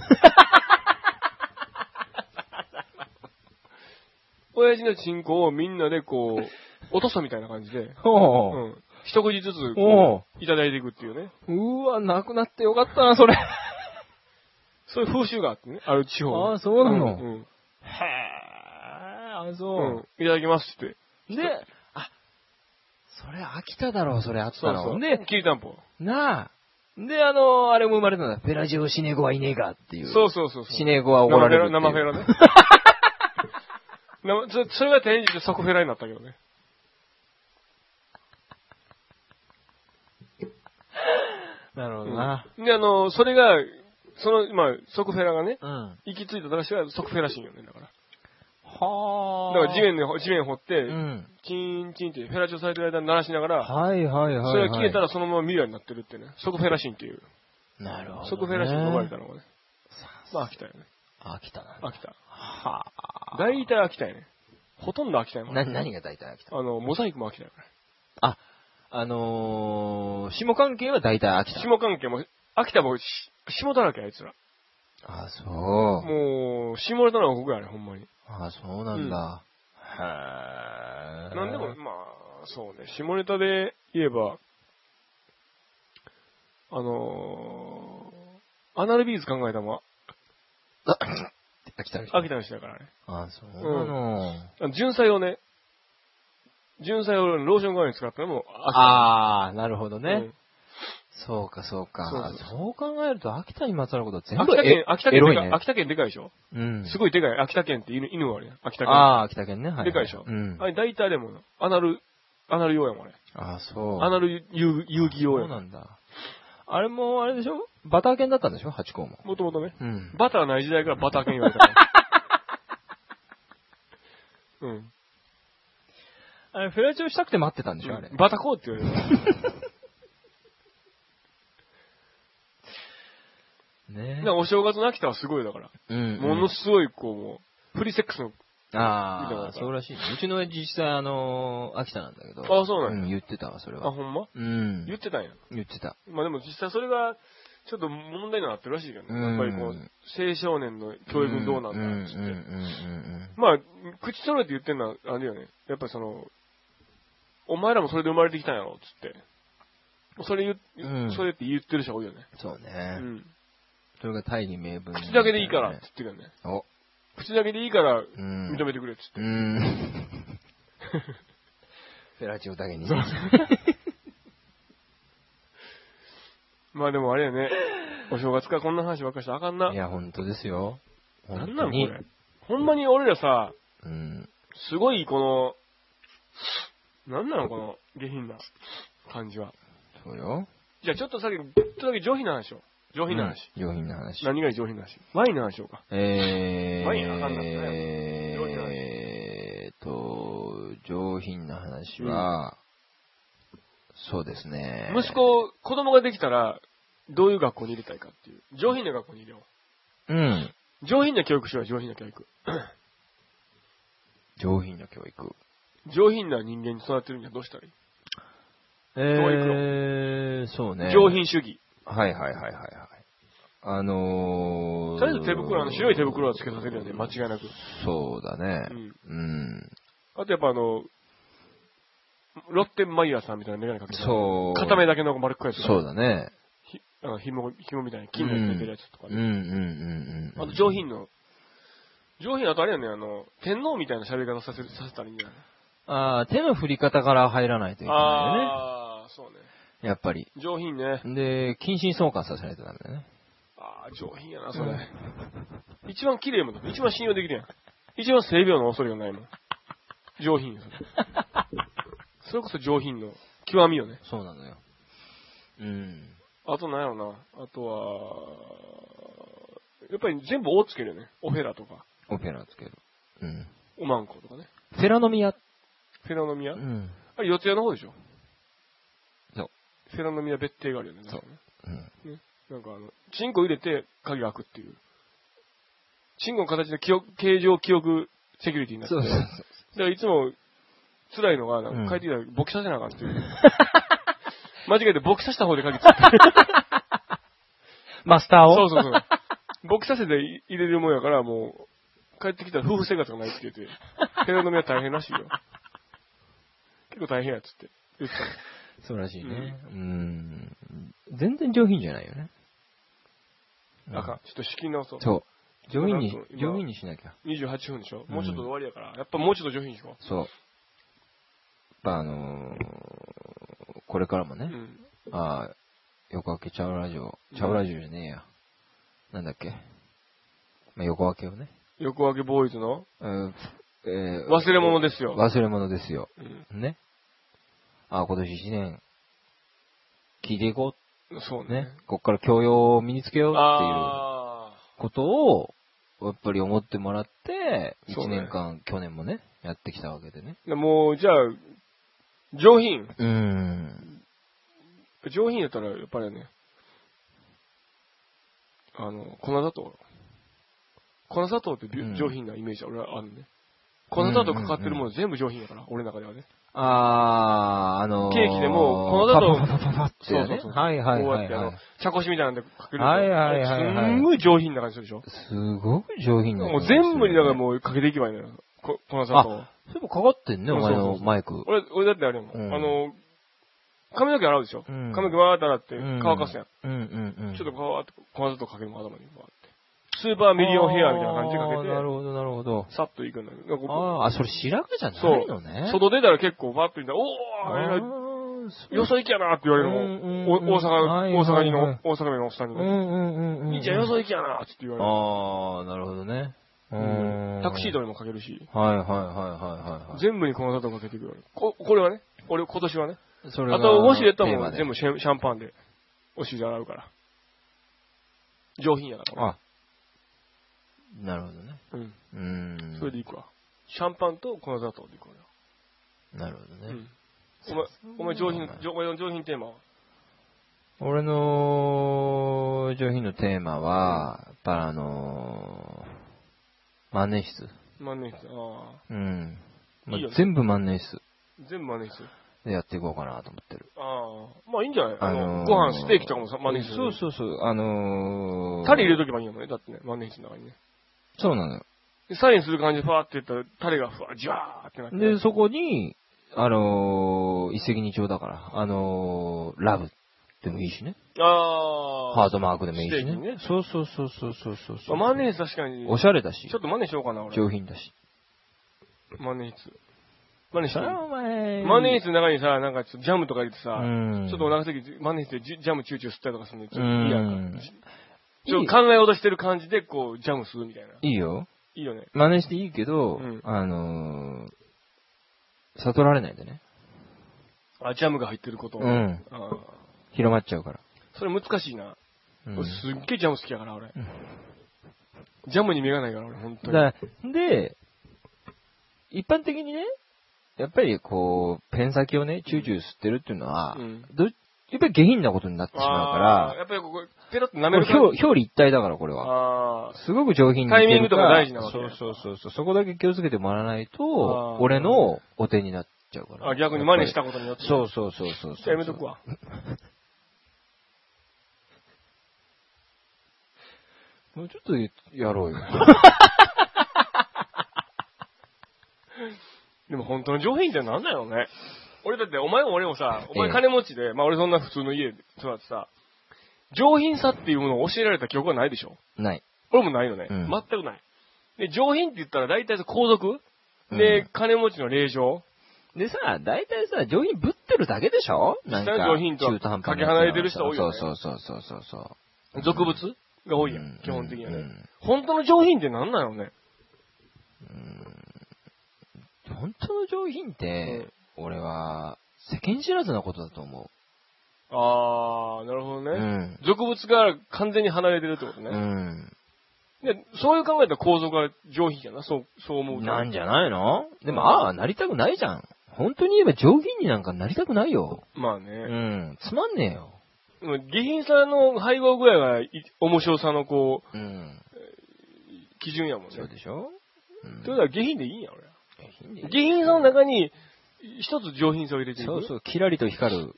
A: 親父のチンコをみんなでこう、落としたみたいな感じで、う
B: おう。
A: ん。一口ずつ、
B: お
A: こう、いただいていくっていうね。
B: うわ、なくなってよかったな、それ。
A: そう (laughs) いう風習があってね、ある地方ね
B: あーそうなの
A: うんうん。
B: へえ、あ、
A: うん
B: そ
A: いただきますって。
B: う。で、あ、それ飽きただろう、それあった
A: そうそ
B: の。
A: う。
B: で、
A: きりたんぽ。
B: なあ。で、あのー、あれも生まれたんだ。フェラチオシネゴはいねえかっていう。
A: そうそうそうそう。
B: シネゴはおられるっていう。
A: 生フェラね。
B: (laughs)
A: 生そそれが転じて即フェラになったけどね。
B: なるほどな。
A: で、あの、それが、その、まあ、即フェラがね、
B: うん。
A: 行き着いた話は即フェラシンよね、だから。
B: は
A: だ
B: あ。
A: から地面で、地面掘って、
B: うん。
A: チーンチーンってフェラチオされてる間に鳴らしながら、
B: はいはいはい、はい。
A: それが消えたらそのまま見るようになってるってね。即フェラシンっていう。
B: なるほど、ね。
A: 即フェラシンと呼ばれた
B: の。
A: のがね。まあ、秋田よね。
B: 飽きたな。
A: 秋田。
B: はあ。
A: 大体秋田やね。ほとんど秋田やもん。
B: な、何が大体飽きた
A: あの、モザイクも秋田やか
B: あ、あのー、下関係は大体飽き
A: ら。
B: た。
A: 下関係も、秋田もし、下だらけや、あいつら。
B: あ、そう。
A: もう、下ネタの王国やね、ほんまに。
B: あ、そうなんだ。へえ。
A: なんでも、まあ、そうね、下ネタで言えば、あのー、アナルビーズ考えたのは
B: あ。飽きた
A: 秋田の人だからね。
B: あ、そうなの。
A: あの純菜をね、純菜をローション代わりに使ったのも秋田。
B: ああ、なるほど
A: う
B: ね
A: ん。
B: そうか、そう
A: そう
B: か
A: そう。
B: そう考えると、秋田にまつわることは全
A: 秋
B: 部
A: 田
B: エ
A: 県、秋田
B: エ
A: 県
B: ロ
A: で
B: い
A: かい、
B: ね。
A: 秋田県でかいでしょ
B: うん。
A: すごいでかい。秋田県って犬、犬があるやん。秋田県。
B: ああ、秋田県ね。はい。
A: でかいでしょ
B: うん。
A: あれ、大体でも、アナル、アナル用やもん、あれ。
B: ああ、そう。
A: アナル遊遊戯用
B: そう
A: やもん。
B: なんだ。あれも、あれでしょバター犬だったんでしょハチ公も。
A: もともとね。
B: うん。
A: バターない時代からバター犬言われ
B: (laughs)
A: たから。うん。
B: あれ、フェラチオしたくて待ってたんでしょあれ。
A: バタコーって言わ
B: (laughs)
A: れる。
B: ね
A: なんかお正月の秋田はすごいだから。
B: うんうん。
A: ものすごい、こう、もう、フリーセックスの、見たことあ
B: あ
A: る
B: あ、そうらしいね。うちの実際、あのー、秋田なんだけど。
A: あそうなんや
B: ん、言ってたわ、それ
A: あ、
B: は。
A: ほんま
B: うん。
A: 言ってたんや。
B: 言ってた。
A: まあでも実際それが、ちょっと問題になってるらしいけどね。
B: うん
A: やっぱりこう、青少年の教育どうなんだっつって。
B: うんうんうん
A: まあ、口揃えて言ってんのは、あれよね。やっぱりその、お前らもそれで生まれてきたんやろ、つって。それ言う、
B: うん
A: それって言ってる人が多いよね。
B: うん。そう
A: う
B: ね。
A: ん。
B: それが大義名分。
A: 口だけでいいから、つってるよね。
B: お。
A: 口だけでいいから、
B: うん。
A: 認めてくれ、つって。
B: うん。フェラチオだけに。
A: まあでもあれやね。
B: (laughs)
A: お正月からこんな話ばっかりしたらあかんな。
B: いや、本当ですよ。
A: な
B: 本
A: んな
B: 当
A: のこ
B: に。
A: れ。ほんまに俺らさ、
B: うん。
A: すごいこの、なんなのこの下品な感じは。
B: そうよ。
A: じゃあちょっとさっき、ちょっとだけ上品な話を。上品な話。
B: うん。上品な話。
A: 何がいい上品な話ワインの話しようか。
B: えー、
A: ワインわかんなくないよ上品な話
B: えーと、上品な話は、そうですね。
A: 息。子、子供ができたら、どういう学校に入れたいかっていう。上品な学校に入れよ
B: うん。
A: う。上品な教育しよう、上品な教育。
B: 上品な教育。
A: 上品な人間に育てるにはどうしたらいい、
B: えー、そうね。
A: 上。品主義。
B: はいはいはいはいはい。あのー、
A: とりあえず手袋、あの、白い手袋はつけさせるよね、間違いなく。
B: そうだね。
A: うん
B: うん。
A: あとやっぱあの、ロッテンマイヤーさんみたいなメガネかけて。
B: そう。
A: 片目だけの丸っこいやつ。
B: そうだね。
A: ひあの、紐、紐みたいな金のやつ出てるやつとか
B: うんう
A: ね。
B: んうんうん。
A: あと上。品の、上品、あとあれやね、あの、天皇みたいな喋り方させるさせたらいいんじゃない
B: ああ、手の振り方から入らないといけないよね。
A: ああ、そうね。
B: やっぱり。
A: 上品ね。
B: で、近親相関させないとダメだね。
A: ああ、上品やな、それ。一番綺麗もんだ。一番信用できるやん。一番性病の恐れがないもん。上品よ、それ。
B: (laughs)
A: それこそ上品の極みよね。
B: そうなのよ。うん。
A: あとなんやろな。あとは、やっぱり全部「お」つけるよね。オフェラとか、
B: オペラつける。うん。
A: おまんことかね。
B: フェラノミア。
A: フェラノミア
B: う。ん。
A: あれ、四谷の方でしょ。
B: そう。
A: フェラノミア別邸があるよね。
B: そううん。
A: なんかあの、チンコ入れて鍵が開くっていう。チンコの形で記憶、形状記憶セキュリティになって
B: そう
A: て。
B: そうそう。
A: だからいつも、辛いのが、なん
B: うん
A: か帰ってきたら勃起させなあかんっていう。
B: (laughs)
A: 間違えて勃起させた方で鍵つって。
B: マスターを
A: そうそうそう。勃起させて入れるもんやから、もう、帰ってきたら夫婦生活がないって
B: (laughs)
A: 言って、ヘラの目は大変らしいよ。結構大変やっつって。言ってた
B: そうらしいね。うん。全然上品じゃないよね。う
A: あかん。ちょっと仕切り直そう。
B: そう。上品に
A: なんと、今
B: 上品にしなきゃ。
A: 28分でしょもうちょっと
B: うん
A: 終わりやから。やっぱもうちょっと上品にしよ
B: そう。やっぱあのー、これからも
A: う。う
B: ね、
A: ん。
B: ああ、横分けちゃうラジオ、ちゃうラジオじゃねえや。なんだっけ。まあ、横分けをね。
A: 横分けボーイズの
B: うんえー
A: 忘れ物ですよ。
B: 忘れ物ですよ。
A: うん
B: ね。ああ、今年一年、聞いていこ
A: そう
B: う。ね
A: ね。。
B: こっから教養を身につけようっていう
A: あ
B: ことを、やっぱり思ってもらって、
A: そう
B: 一
A: ね
B: 年間、去年もね、やってきたわけでね。
A: あ。もう、じゃあ、上品。
B: うーん。
A: 上品やったら、やっぱりね、あの、粉砂糖。粉砂糖ってびゅ、
B: うん
A: 上品なイメージは俺はあるね。粉砂糖かかってるもの全部上品やから、俺の中ではね。
B: あー、あのー、
A: ケーキでもこのだと
B: パパパパパパって
A: そう
B: や
A: そう
B: ね。
A: そう。
B: はいはい
A: こうや
B: は
A: っ
B: い
A: てあ
B: は
A: の
B: い。、
A: 茶こしみたいなんでかけると
B: はいはいはいはい
A: あれすんごい上品な感じするでしょ。
B: すごい上品な感
A: もう
B: じするね。
A: 全部にだからもうかけていけばいいのよ。こ粉砂糖。
B: う。全部かかってんね、
A: そ
B: お
A: うそう
B: 前
A: そ
B: の
A: う
B: マイク。
A: 俺、俺だってあれやもん。
B: うん
A: あの、髪の毛洗うでしょ、
B: うん
A: 髪の毛わーって洗って
B: うん
A: 乾かすやん。
B: うんうんうん。
A: ちょっとわーって粉砂糖かけるもん頭にわーって。スーパーミリオンヘアみたいな感じでか
B: あーなる
A: け
B: ほど、なるほど。
A: て、さっといくんだけど。なんかこう
B: あーあ、それ白髪じゃ
A: そ
B: な
A: う
B: いのね。
A: 外出たら結構パッと見たら、お
B: あ
A: ーえらい
B: ーそう
A: よそ行きやなって言われる
B: うんうん
A: の。お大
B: は
A: 阪、
B: い
A: 大阪に
B: はいは
A: の
B: い、
A: 大阪のおっさん
B: う
A: に
B: んうん
A: ね。
B: うんうん。
A: 兄ちゃんよそ行きやなって言わ
B: ああ、なるほどね。う
A: れるうん。
B: ん。
A: タクシードにもかけるし、
B: はいはいはいはいはいはい。
A: 全部に粉砂糖かけてくるわけこ、これはね、俺今年はね。
B: それが
A: あと、ウォシュレットは
B: テー
A: も
B: マ
A: う
B: で
A: 全部シャンシャンパンで、お尻洗うから。上品やから。
B: あ、なるほどね。
A: うん。
B: うーん。
A: それでいくわ。シャンパンと粉砂糖でいくわ。
B: なるほどね。
A: うん。お前、お前上品、お前の上品テーマは
B: 俺の上品のテーマは、やっぱあのー、万年筆。
A: 万年筆。ああ。
B: うん。まあ
A: いいよね
B: 全部万年筆
A: 全部万年筆。
B: でやっていこうかなと思ってる。
A: ああ。まあいいんじゃないあ
B: あのー
A: の、ご飯、ステーキとかもさ万年筆。
B: そうそうそう、あのー、
A: タレ入れとけばいいのね。だってね、万年筆の中にね。
B: そうなのよ。
A: でサインする感じでファーって言ったら、タレがふわ、ジャーってなって。
B: で、そこに、あのー、一石二鳥だから、あのー、ラブでもいいしね。
A: ああ。
B: ハートマークでもいい
A: ス
B: し
A: テー
B: ね。
A: キね
B: そうそうそうそうそうそうそう。
A: まあ万年筆確かに。
B: おしゃれだし
A: ちょ、っと真似しようかな、俺。
B: 上品だし。
A: 万年筆。真似し
B: そ
A: て
B: れはお前
A: マネースの中にさ、なんかちょっとジャムとか入れてさ、
B: うん
A: ちょっとお腹すいて、マネースでジジャムチューチュー吸ったりとかするのちょっといいやんか。
B: うん
A: ちょっと考えようとしてる感じで、こう、ジャム吸うみたいな。
B: いいよ。
A: いいよね。
B: 真似していいけど、
A: うん
B: あのー、悟られないでね。
A: あ、ジャムが入ってることを。
B: うん
A: あ
B: 広まっちゃうから。
A: ーそれ難しいな。
B: うん
A: 俺すっげえジャム好きやから、俺。ジャムに目がないから、俺、本当に。
B: だで、一般的にね、やっぱりこう、ペン先をね、チューチュー吸ってるっていうのは、
A: うん
B: どやっぱり下品なことになってしまう
A: あー
B: か
A: やっぱりここ、ペロッと舐
B: ら、
A: め
B: もう
A: る
B: 表
A: 感じ。
B: 表裏一体だから、これは。
A: あ
B: すごく上品にいける
A: タイミングとか大事なわけ
B: そうそうそうそう。そこだけ気をつけてもらわないと
A: あ、ー
B: 俺のお手になっちゃうから。
A: あ、逆に真似したことによって。
B: そうそうそうそう
A: じ
B: そ
A: ゃ
B: う。
A: あやめとくわ。
B: もうちょっとやろうよ。
A: (laughs) でも本当の上品ってなんだよね。俺だって、お前も俺もさ、お前
B: ええ
A: 金持ちで、まあ俺そんな普通の家で育ってさ、上品さっていうものを教えられた記憶はないでしょ
B: ない。
A: 俺もないよね。
B: うん
A: 全くない。で、上品って言ったら大体皇族で、
B: うん
A: 金持ちの令嬢
B: でさ、大体さ、上品ぶってるだけでしょなんか、
A: 実際の上品とは
B: 中途半端な
A: かけ離れてる人多いよね
B: そうそうそうそうそうそう。
A: 俗物が多いや
B: うんん。
A: 基本的には
B: う
A: ね
B: ん。
A: 本当の上品ってなんだよね。
B: 本当の上品って、俺は、世間知らずなことだと思
A: あー、なるほ
B: う。
A: ど
B: う
A: ね。
B: ん。
A: 俗物から完全に離れてるってこと
B: う
A: ね。
B: ん。
A: で、そういう考えたら皇族は上品じゃな。そう、そう思うと。
B: なんじゃないのでも、ああ、なりたくないじゃん。本当に言えば上品になんかなりたくないよ。
A: まあ
B: う
A: ね。
B: ん。つまんねえよ。
A: でも下品さの配合ぐらいがい面白さのこ
B: うん。
A: う、基準やもんね。
B: そう
A: と
B: でしょうん
A: いうことは下品でいいんや、俺。
B: 下品でいい
A: 下品さの中に、一つ上品さを入れていく。
B: そうそう、キラリと光る。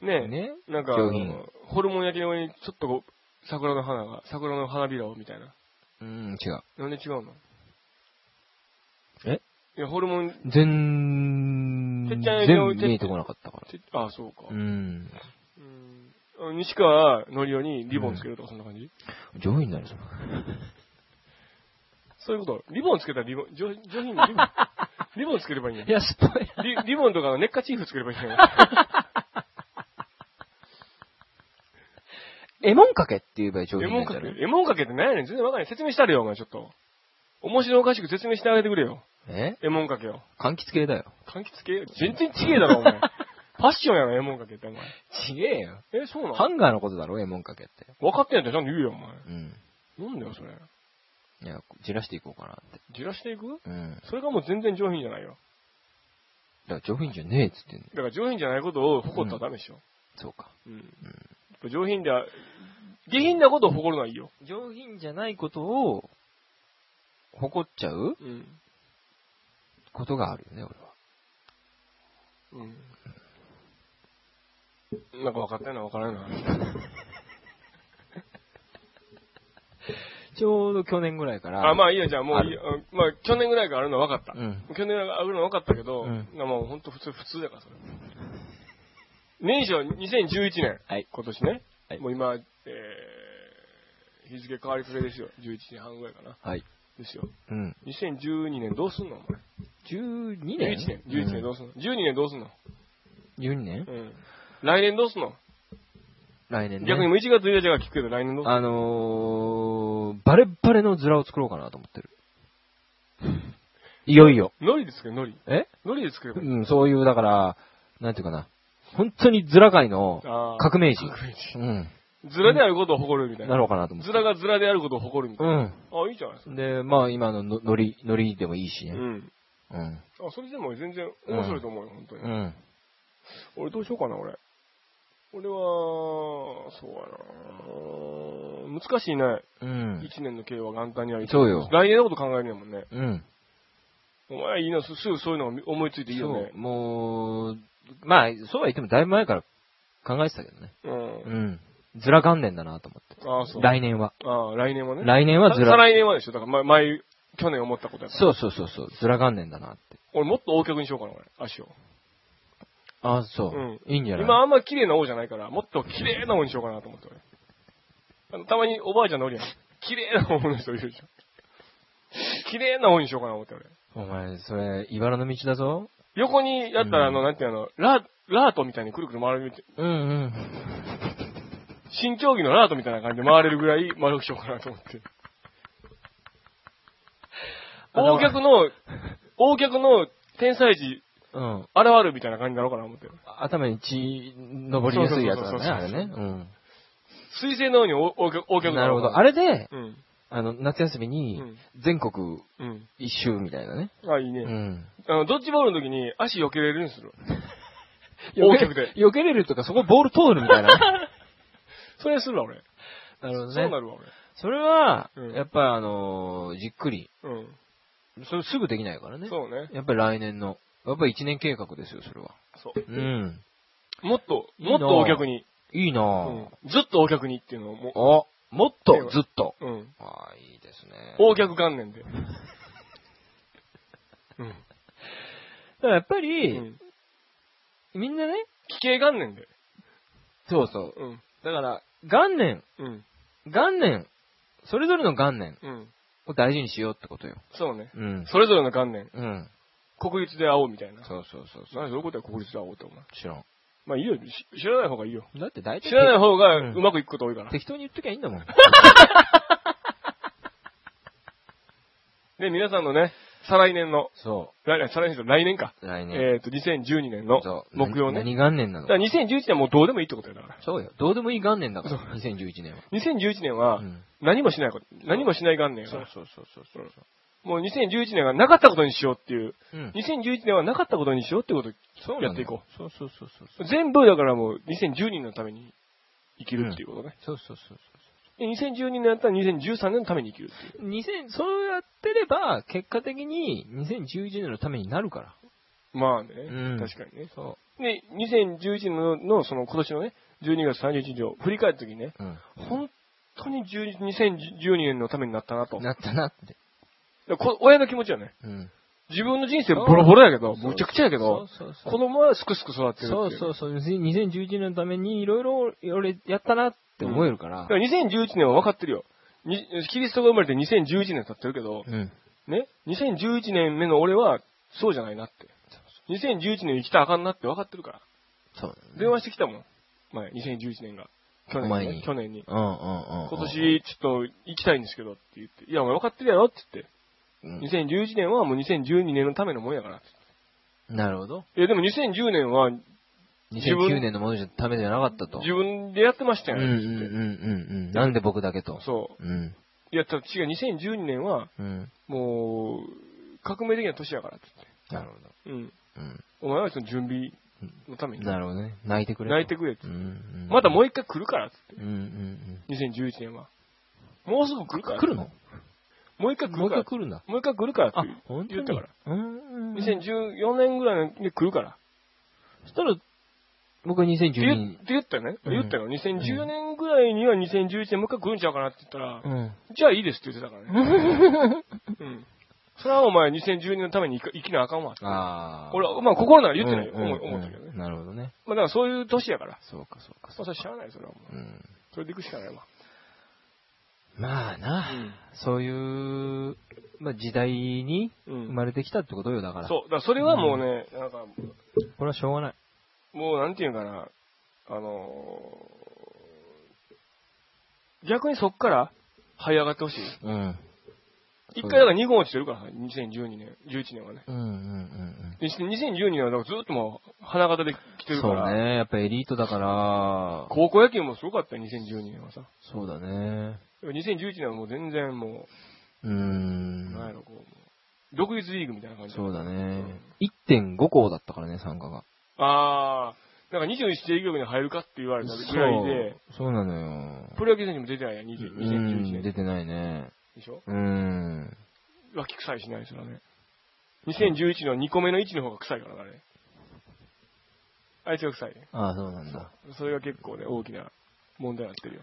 A: ねえ
B: ね
A: なんか、
B: 上品
A: ホルモン焼きの上に、ちょっとこう、桜の花が、桜の花びらを、みたいな。
B: うん、違う。
A: なんで違うの
B: え
A: いや、ホルモン、
B: 全、
A: てっ
B: 全
A: ちゃんより
B: 見えてこなかったから。
A: てああ、そうか
B: う。ん。
A: うんあ西川のりおにリボンつけるとか、そんな感じ、
B: 上品になるぞ。
A: そういうこと。リボンつけたらリボン、上上
B: (laughs)
A: 品にリボン。リボンつけれ (laughs) ばいいんや。
B: や、スパイ。
A: リリボンとかのネッカチーフつければいいんじゃない
B: エモンかけって言えば上品
A: エ
B: に
A: モ
B: な
A: ン
B: っち
A: か
B: ゃう
A: け、エモンかけって何やねん。全然わかんない。説明したるよ、お前ちょっと。面白おかしく説明してあげてくれよ。
B: え
A: エモンかけを。
B: 柑橘系だよ。
A: 柑橘系全然ちげえだろ、お前。
B: (laughs)
A: ファッションやろ、エモンかけって、お前。
B: ちげえよ。
A: え、そうなの
B: ハンガーのことだろ、エモンかけって。
A: 分かってんやったらちゃんと言うよ、お
B: うん。
A: 前。なんだよ、それ。
B: いや、じらしていこうかなって。
A: じらしていく
B: うん。
A: それがもう全然上品じゃないよ。
B: だから上品じゃねえっつってんの。
A: だから上品じゃないことを誇ったらダメでしょ。
B: そうか。
A: うん。やっぱ上品では、下品なことを誇るのはいいよ。
B: 上品じゃないことを、誇っちゃう
A: うん。
B: ことがあるよね、俺は。
A: うん。なんか分かってんの分からんな。
B: ちょうど去年ぐらいから。
A: あ、まあいいや、じゃあもういいや
B: あ
A: うんまあ、去年ぐらいからあるのは分かった。
B: うん
A: 去年ぐらいからあるのは分かったけど、
B: うん
A: まあもう本当普通、普通だから、それ。年始は2011年。
B: はい
A: 今年ね。
B: はい
A: もう今、えー、日付変わりくれですよ。11時半ぐらいかな。
B: はい。
A: ですよ。
B: うん。
A: 2012年どうすんのお前。
B: 12
A: 11年。11年どうすんの、?12 年どうすんの
B: 12年
A: うん。来年どうすんの
B: 来年ね。
A: 逆にもう1月1日が聞くけど、来年どうすんの
B: あのー、バレッバレのズラを作ろうかなと思ってる。いよいよ。
A: ノリですけど、ノリ。
B: え
A: ノリで作ればいい。
B: うん、そういう、だから、なんていうかな。本当にズラ界の
A: あー
B: 革命児。
A: 革命
B: う
A: 児
B: ん。
A: ズラであることを誇るみたい
B: な
A: な。
B: ろうかなと思って
A: ズ。ラがズラであることを誇るみたいな。あ、いいじゃないです
B: う
A: か。
B: ん。で、まあ今ののノリ、ノリでもいいしね。
A: うん。
B: うん。
A: あ、それでも全然面白いと思うよ、本当に
B: う。ん。
A: 俺どうしようかな、俺。俺は、そうやな難しいね。
B: うん。
A: 一年の経営は元旦にあり
B: そうよ
A: 来年のこと考えるんやもんね。
B: うん。
A: お前いいな、すすぐそういうのが思いついていいよね
B: そう、。もう、まあ、そうは言ってもだいぶ前から考えてたけどね。
A: う。
B: うんん。ズラ元年だなと思って。
A: ああ、そう。
B: 来年は。
A: ああ、来年はね。
B: 来年はズ
A: 再
B: ラ。
A: 来年はでしょ。だから前、前、去年思ったことやから。
B: そうそうそうそう。ズラ元年だなって。
A: 俺もっと大脚にしようかな、俺。足を。
B: あ、そう。
A: う
B: いいんじゃない
A: 今あんま綺麗な王じゃないから、もっと綺麗な王にしようかなと思って、俺。あの、たまにおばあちゃんのおるやん。綺麗な王の人いるじゃん。綺麗な王にしようかな、思って、俺。
B: お前、それ、茨の道だぞ。
A: 横にやったら、あの、なんていうの、ラ、ラートみたいにくるくる回れるみたい。
B: うんうん。
A: 新競技のラートみたいな感じで回れるぐらい丸くしようかなと思って。
B: あの
A: 大脚の、大脚の天才児、
B: うん。
A: 現るみたいな感じになろうかな思ってる。
B: 頭に血、登りやすいやつだ
A: そうそうそう
B: ね、
A: そう
B: あれね。うん。
A: 水星のように大大脚、大脚
B: なるほど。あ
A: れ
B: れで、
A: うん。
B: あの、夏休みに
A: うん、
B: 全国
A: うん。
B: 一周みたいなね。
A: あ、いいうね。
B: ん。
A: あの、ドッジボールの時に足避けれるようにする。
B: よ
A: 大
B: け
A: きくて
B: 避けれるとか、そこボール通るみ
A: (laughs)
B: たいな。
A: それするわ、俺。
B: なるほど
A: そうな
B: ね。
A: るわ、
B: それは
A: うん、
B: やっぱりあのー、じっくり。
A: 俺。
B: それすぐできないから
A: う
B: ね
A: ん。。そうね。
B: やっぱり来年の。やっぱり一年計画ですよ、それは。
A: そうう。
B: ん。
A: もっと、
B: いい
A: も
B: な
A: っと大脚に。
B: いいうなん
A: ずっと大脚にっていうのをも
B: ぁ。あ、もっと、ずっと。
A: う、うん。
B: ああ、いいですね。
A: 大脚元
B: (laughs)
A: 年で。うん。
B: だからやっぱ
A: う
B: り、
A: ん。
B: みんなね、
A: 奇形元年で。
B: そうそう。
A: うん。
B: だから、元年、
A: うん。
B: 元年、それぞれの元年
A: うん。
B: を大事にしようってことよ。
A: そうね。
B: うん。
A: それぞれの元年。
B: うん。
A: 国立で会おうみたいな。
B: そうそうそうそう。
A: 何そういうことは国立で会おうって、お前。
B: 知らん。
A: まあいいよ。し知らない方がいいよ。
B: だって大体、
A: 知らない方が
B: うん
A: うまくいくこと多いか
B: (laughs)
A: ら。
B: 適当に言っときゃいいんだもん。
A: で、皆さんのね、再来年の、
B: そ
A: 来来再来年じゃない来年か。
B: う。来年。
A: えっと、2012年の
B: そう。
A: 目標ね。
B: 何何元年な
A: だ
B: の
A: から2011年はもうどうでもいいってことやだから。
B: そうよ。どうでもいい元年だから、
A: そ
B: 2011年は。
A: 2011年
B: う
A: は
B: ん
A: 何もしないこと、何もしない元年やか
B: そう
A: ら。
B: そうそうそうそう。
A: もう2011年がなかったことにしようっていう。
B: うん。
A: 2011年はなかったことにしようってこと
B: そう
A: をやっていこ
B: う。そうそうそうそうう。。
A: 全部だからもう2010人のために生きるっていうことね。
B: そうそうそう
A: で2012年だったら2013年のために生きるっていう。
B: そう。2000、そうやってれば、結果的に2011年のためになるから。
A: まあね、
B: うん
A: 確かにね。
B: そ
A: で、2011年ののその今年のね、12月31日を振り返った時にね、
B: う。うん。
A: 本当に10 2012年のためになったなと。
B: なったなって。
A: だからこ親の気持ちよね。
B: うん。
A: 自分の人生ボロボロやけど、むちゃくちゃやけど、
B: そうそうそう。
A: 子供はすくすく育ってるってい
B: そうそうそう。2011年のためにいろいろ俺やったなって思えるから。
A: だから2011年は分かってるよ。にキリストが生まれて2011年経ってるけど、
B: うん。
A: ね、2011年目の俺はそうじゃないなって。2011年生きたらあかんなって分かってるから。
B: そうだ
A: 電
B: ね。
A: 話してきたもん。前、2011年が。去年
B: お前
A: ね
B: に
A: 去年に。
B: うんうんうん。
A: 今年ちょっと行きたいんですけどって言って。いや、お前分かってるやろって言って。
B: うん、
A: 2011年はもう2012年のためのもんやからって。
B: なるほど。
A: いや、でも2010年は自分
B: 2009年のものじゃためじゃなかったと。
A: 自分でやってました
B: うん
A: よ
B: うんう
A: ね
B: ん
A: って言って。
B: うんうん。なんで僕だけと。。
A: そう
B: うん。
A: う。いや、ただ違う、2012年は
B: うん。
A: もう、革命的な年やからって
B: なるほ
A: 言って。
B: ど。
A: うん。
B: うん。
A: お前はその準備のために。
B: なるほどね。泣いてくれと。
A: 泣いてくれって
B: うんうん。
A: またもう一回来るからっつって。
B: うんうんうん。
A: 2011年は。もうすぐ来るから。
B: 来るの
A: もう一回来
B: もう一
A: るか
B: 回。
A: ら
B: 来るんだ。
A: もう一回来るから
B: あ
A: って、
B: 本当
A: 言
B: に。
A: ったから。
B: うんうん。
A: 2014年ぐらいに来るから。
B: そしたら、僕は
A: って言っ
B: 2012
A: て言ったよね。
B: うん
A: 言ったよ。2014年ぐらいには2011年もう一回来るんちゃうかなって言ったら、
B: うん。
A: じゃあいいですって言ってたからね。うん。それはお前2012年のために生か生きなあかんわって。
B: ああ。
A: 俺は、まあ心なら
B: 言
A: 言
B: っ
A: ってて
B: な
A: ないい
B: よ
A: よ。
B: 思い思っ
A: 思い思ったた
B: け
A: け
B: どね。
A: どね。
B: なるほどね。
A: まあだからそういう年やから。
B: そうか、そうか、
A: まあ
B: そうか。
A: それ知らない、それはもう。
B: うん。
A: それで行くしかないわ。
B: まあな、
A: うん
B: そういう、まあ時代に
A: うん
B: 生まれてきたってことよ、だから。
A: そう。だからそれはもうね、なんか、
B: これはしょうがない。
A: もうなんていうんかな、あのー逆にそっから這い上がってほしい。
B: うん。
A: 一回だから2号落ちてるから、2012年、11年はね。
B: うんうんうん
A: で2012年はだからずっともう花形で来
B: う
A: て
B: ん。
A: る
B: そ
A: か
B: う
A: ら、
B: ね。やっぱエリートだから、
A: 高校野球もすごかったよ、2012年はさ。
B: そうだね。
A: 2011年はもう全然も
B: うー
A: う、なんや
B: ん。
A: ろ、こう、独立リーグみたいな感じ
B: そうだね
A: ん。
B: 1.5校だったからね、参加が。
A: あー、なんか21世紀局に入るかって言われたぐらいで、
B: そうなのよ。
A: プロ野球選手も出てないやん、
B: う
A: 20 2011
B: ん、出
A: 年。
B: てないね。
A: でしょ
B: うん。
A: 脇臭いしないですよね。2011の2個目の1の方が臭いからな、あれ。あいつが臭いね。
B: ああ、そうなんだ。
A: それが結構ね、大きな問題になってるよ。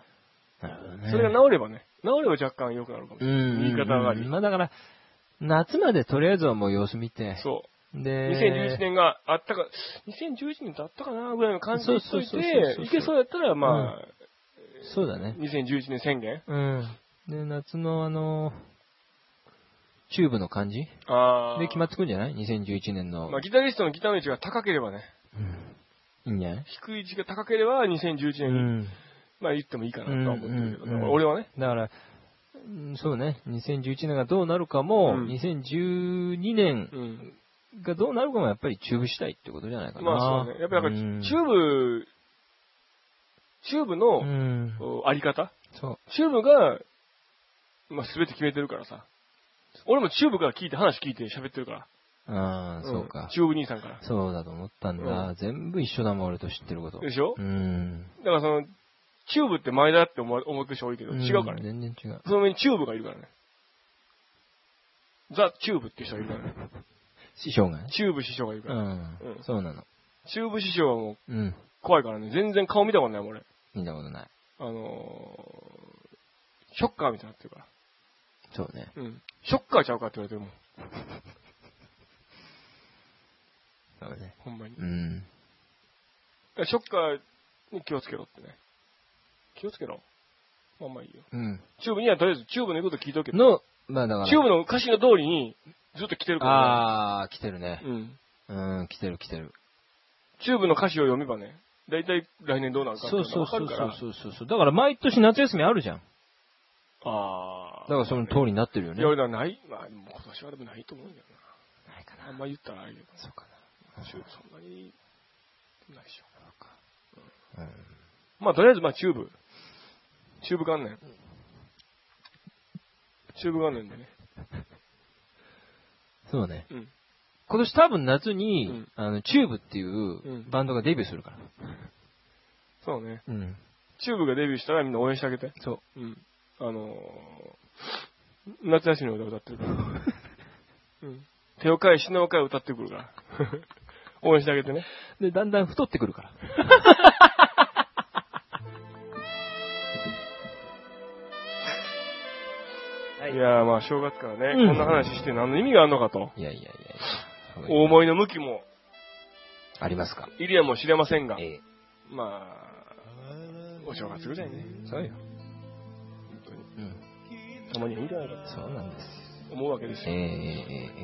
B: なるほどね。
A: それが治ればね、治れば若干良くなるかもし
B: う
A: れ
B: ん
A: ない。
B: うんうん。
A: 言い方上がり
B: まあだから、夏までとりあえずはもう様子見て。
A: そう。
B: で、
A: 2011年があったか、2011年とあったかなぐらいの感じでいっとい
B: そうそうそう
A: て
B: そ、う
A: いけそうやったら、まあ、
B: そうだね。
A: 2011年宣言
B: うん。で、夏のあの、チューブの感じ
A: ああ。
B: で決まってくんじゃない ?2011 年の。
A: まあ、ギタリストのギターの位置が高ければね、
B: うん。いいんじゃない
A: 低い位置が高ければ2011
B: う
A: 年に、
B: ん。
A: まあ言ってもいいかなとは思ってるけど、
B: うんうんうん
A: 俺はね、
B: だから、うんそうね、2011年がどうなるかも、
A: うん
B: 2012年
A: うん。
B: がどうなるかもやっぱりチューブしたいってことじゃないかな。
A: まあそうね。やっぱりなん
B: ん
A: か、チューブ、チューブ
B: う
A: の、
B: ん。
A: おあり方
B: そう。
A: チューブが、まあ全て決めてるからさ。俺もチューブから聞いて、話聞いて喋ってるから。
B: ああ、そうんか。
A: チューブ兄さんから。
B: そうだと思ったんだ。
A: う
B: 全部一緒だもん、俺と知ってること。
A: でしょ
B: うん。
A: だからその、チューブって前だって思わ思ってる人多いけど、違うから
B: ん
A: ね。
B: 全然違う。
A: その上にチューブがいるからね。ザ・チューブっていう人がいるからね。
B: 師匠がね。
A: チューブ師匠がいるか
B: う
A: ら。
B: ん
A: うん。
B: そうなの。
A: チューブ師匠はも
B: う
A: う
B: ん。
A: 怖いからね、全然顔見たことないもん、俺。
B: 見たことない。
A: あのー、ショッカーみたいになってるから。
B: そうね。
A: うん。ショッカーちゃうかって言われてるもん、
B: そうね。
A: ほんまに。だ
B: うん。
A: からショッカーに気をつけろってね。気をつけろ。まあまあいいよ。
B: うん。
A: チューブにはとりあえず、チューブの言うこと聞いとけ。チュ
B: の、まあだから。
A: ーブの歌詞の通りに、ずっと来てるか
B: ああ、来てる
A: ら、
B: ね。
A: ね。うん。
B: うん、来てる来てる。
A: チューブの歌詞を読めばね、だいたい来年どうなるかって
B: そう
A: い
B: う
A: のが
B: そう
A: わ
B: そ
A: かる
B: う
A: から。
B: そうそうそう。だから毎年夏休みあるじゃん。
A: ああ。
B: だからその通りになってるよ
A: い
B: ね。
A: や、俺はない。まあ、でも今年はでもないと思うんだよ
B: ないか
A: な。あんま言ったらあれやけど。
B: そうか
A: チューブそんなに、ないでしょ。
B: な。うん。
A: まあ、とりあえず、まあ、チューブ。チューブ元年。チューブ元年でね。
B: そうね。
A: うん。
B: 今年多分夏に、
A: うん
B: あの、チューブってい
A: うん
B: うバンドがデビューするから。
A: そうね。
B: うん。
A: チューブがデビューしたらみんな応援してあげて。
B: そう。
A: うん。あのー、夏休みの歌歌って
B: (laughs)
A: るから。うん。手を変え、品を変え歌ってくるから。 (laughs) 応援してあげてね。
B: で、だんだん太ってくるから。はい
A: やーまあ正月からね、
B: うん
A: こんな話して何の意味があるのかと。
B: いやいやいやいやそういう
A: お思いの向きも、
B: ありますか
A: 入りやも知れませんが、
B: ええ。
A: まあ、お正月ぐらいね。
B: そうよ。
A: 本当に
B: うん。
A: たまにはいいんじゃないか
B: そうなんです。
A: と思うわけです
B: えええ
A: よ。
B: ええ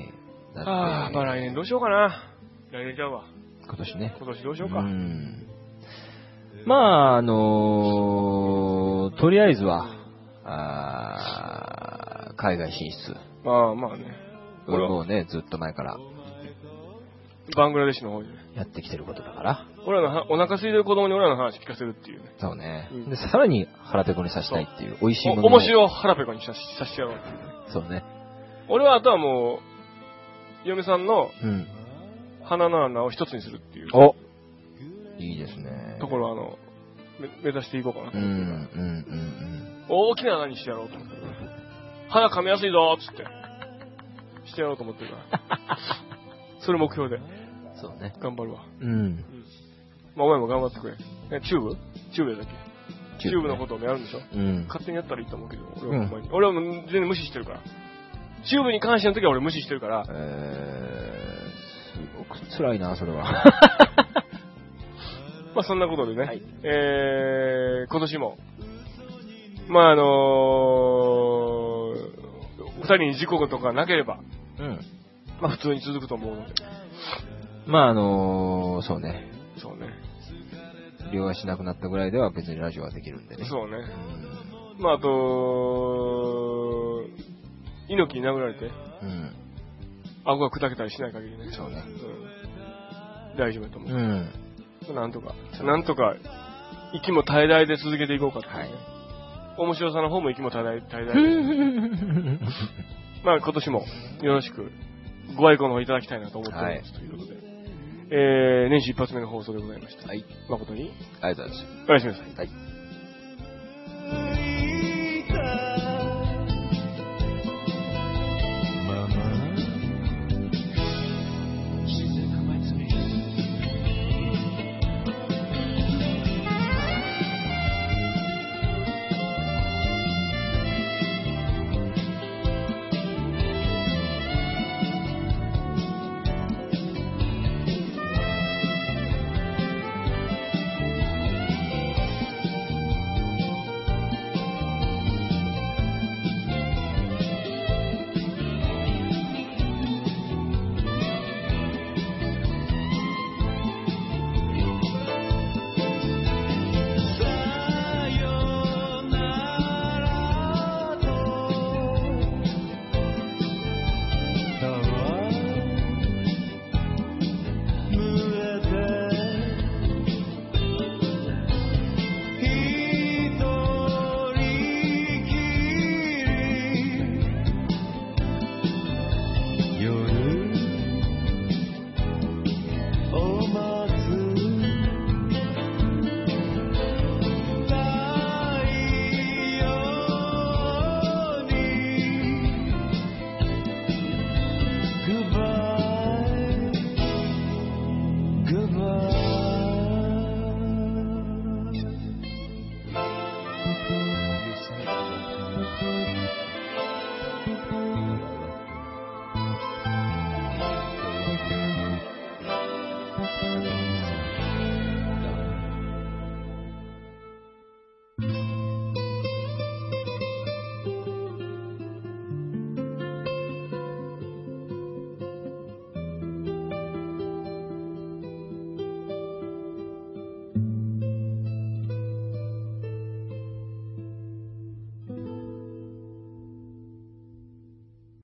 B: え。だって
A: ああ、まあ来年どうしようかな。来年ちゃうわ。
B: 今年ね。
A: 今年どうしようか。
B: ん。まあ、あのーとりあえずは、あー海外進出。
A: まあまあね。俺
B: 俺
A: は
B: もうね、ずっと前から
A: バングラデシュの方にね。
B: やってきてることだから。
A: 俺らのはお腹空いてる子供に俺らの話聞かせるっていうね。
B: そうね
A: うん。
B: で、さらに腹ペコにさせたいっていう、美味しいもの
A: お面白腹ペコにさしさしてやろう。
B: そうね。
A: 俺はあとはもう、嫁さんの
B: うん。
A: 鼻の穴を一つにするっていう
B: おいいですね。
A: ところをあの、め目指していこうかなと
B: うん、うん、
A: 思
B: う
A: ってるか
B: ん、
A: ら。大きな穴にしてやろうと思ってる鼻噛みやすいぞーっつってしてやろうと思ってるから (laughs) それ目標で
B: うん。そうね。
A: 頑張るわ、
B: うん。
A: まあ、お前も頑張ってくれえチューブチューブやだっけチューブのこともやるんでしょ
B: うん。
A: 勝手にやったらいいと思うけど
B: う
A: 俺は
B: ん
A: ほんまに、俺はもう全然無視してるからチューブに関しての時は俺無視してるから
B: えー、すごく辛いな、それは。
A: まあそんなことでね、
B: はい
A: えー、今年も、まああのー、お二人に事故とかなければ、
B: うん。
A: まあ普通に続くと思うので、
B: まあ、あのー、そうね。
A: そうね。
B: 両足なくなったぐらいでは別にラジオはできるんでね。
A: そうね
B: うん。
A: まあ、あと、猪木に殴られて、
B: うん。
A: 顎が砕けたりしない限りね。
B: そうね
A: うん大丈夫だと思
B: う
A: う。
B: ん。
A: なんとか、なんとか、息も怠大で続けていこうかっていうね、面白さの方も息も怠大、怠大で。まあ今年もよろしくご愛顧の方いただきたいなと思っております、ということで、えー、年始一発目の放送でございました。
B: はい。
A: 誠に
B: ありがとうございました。
A: おやすみなさい。
B: はい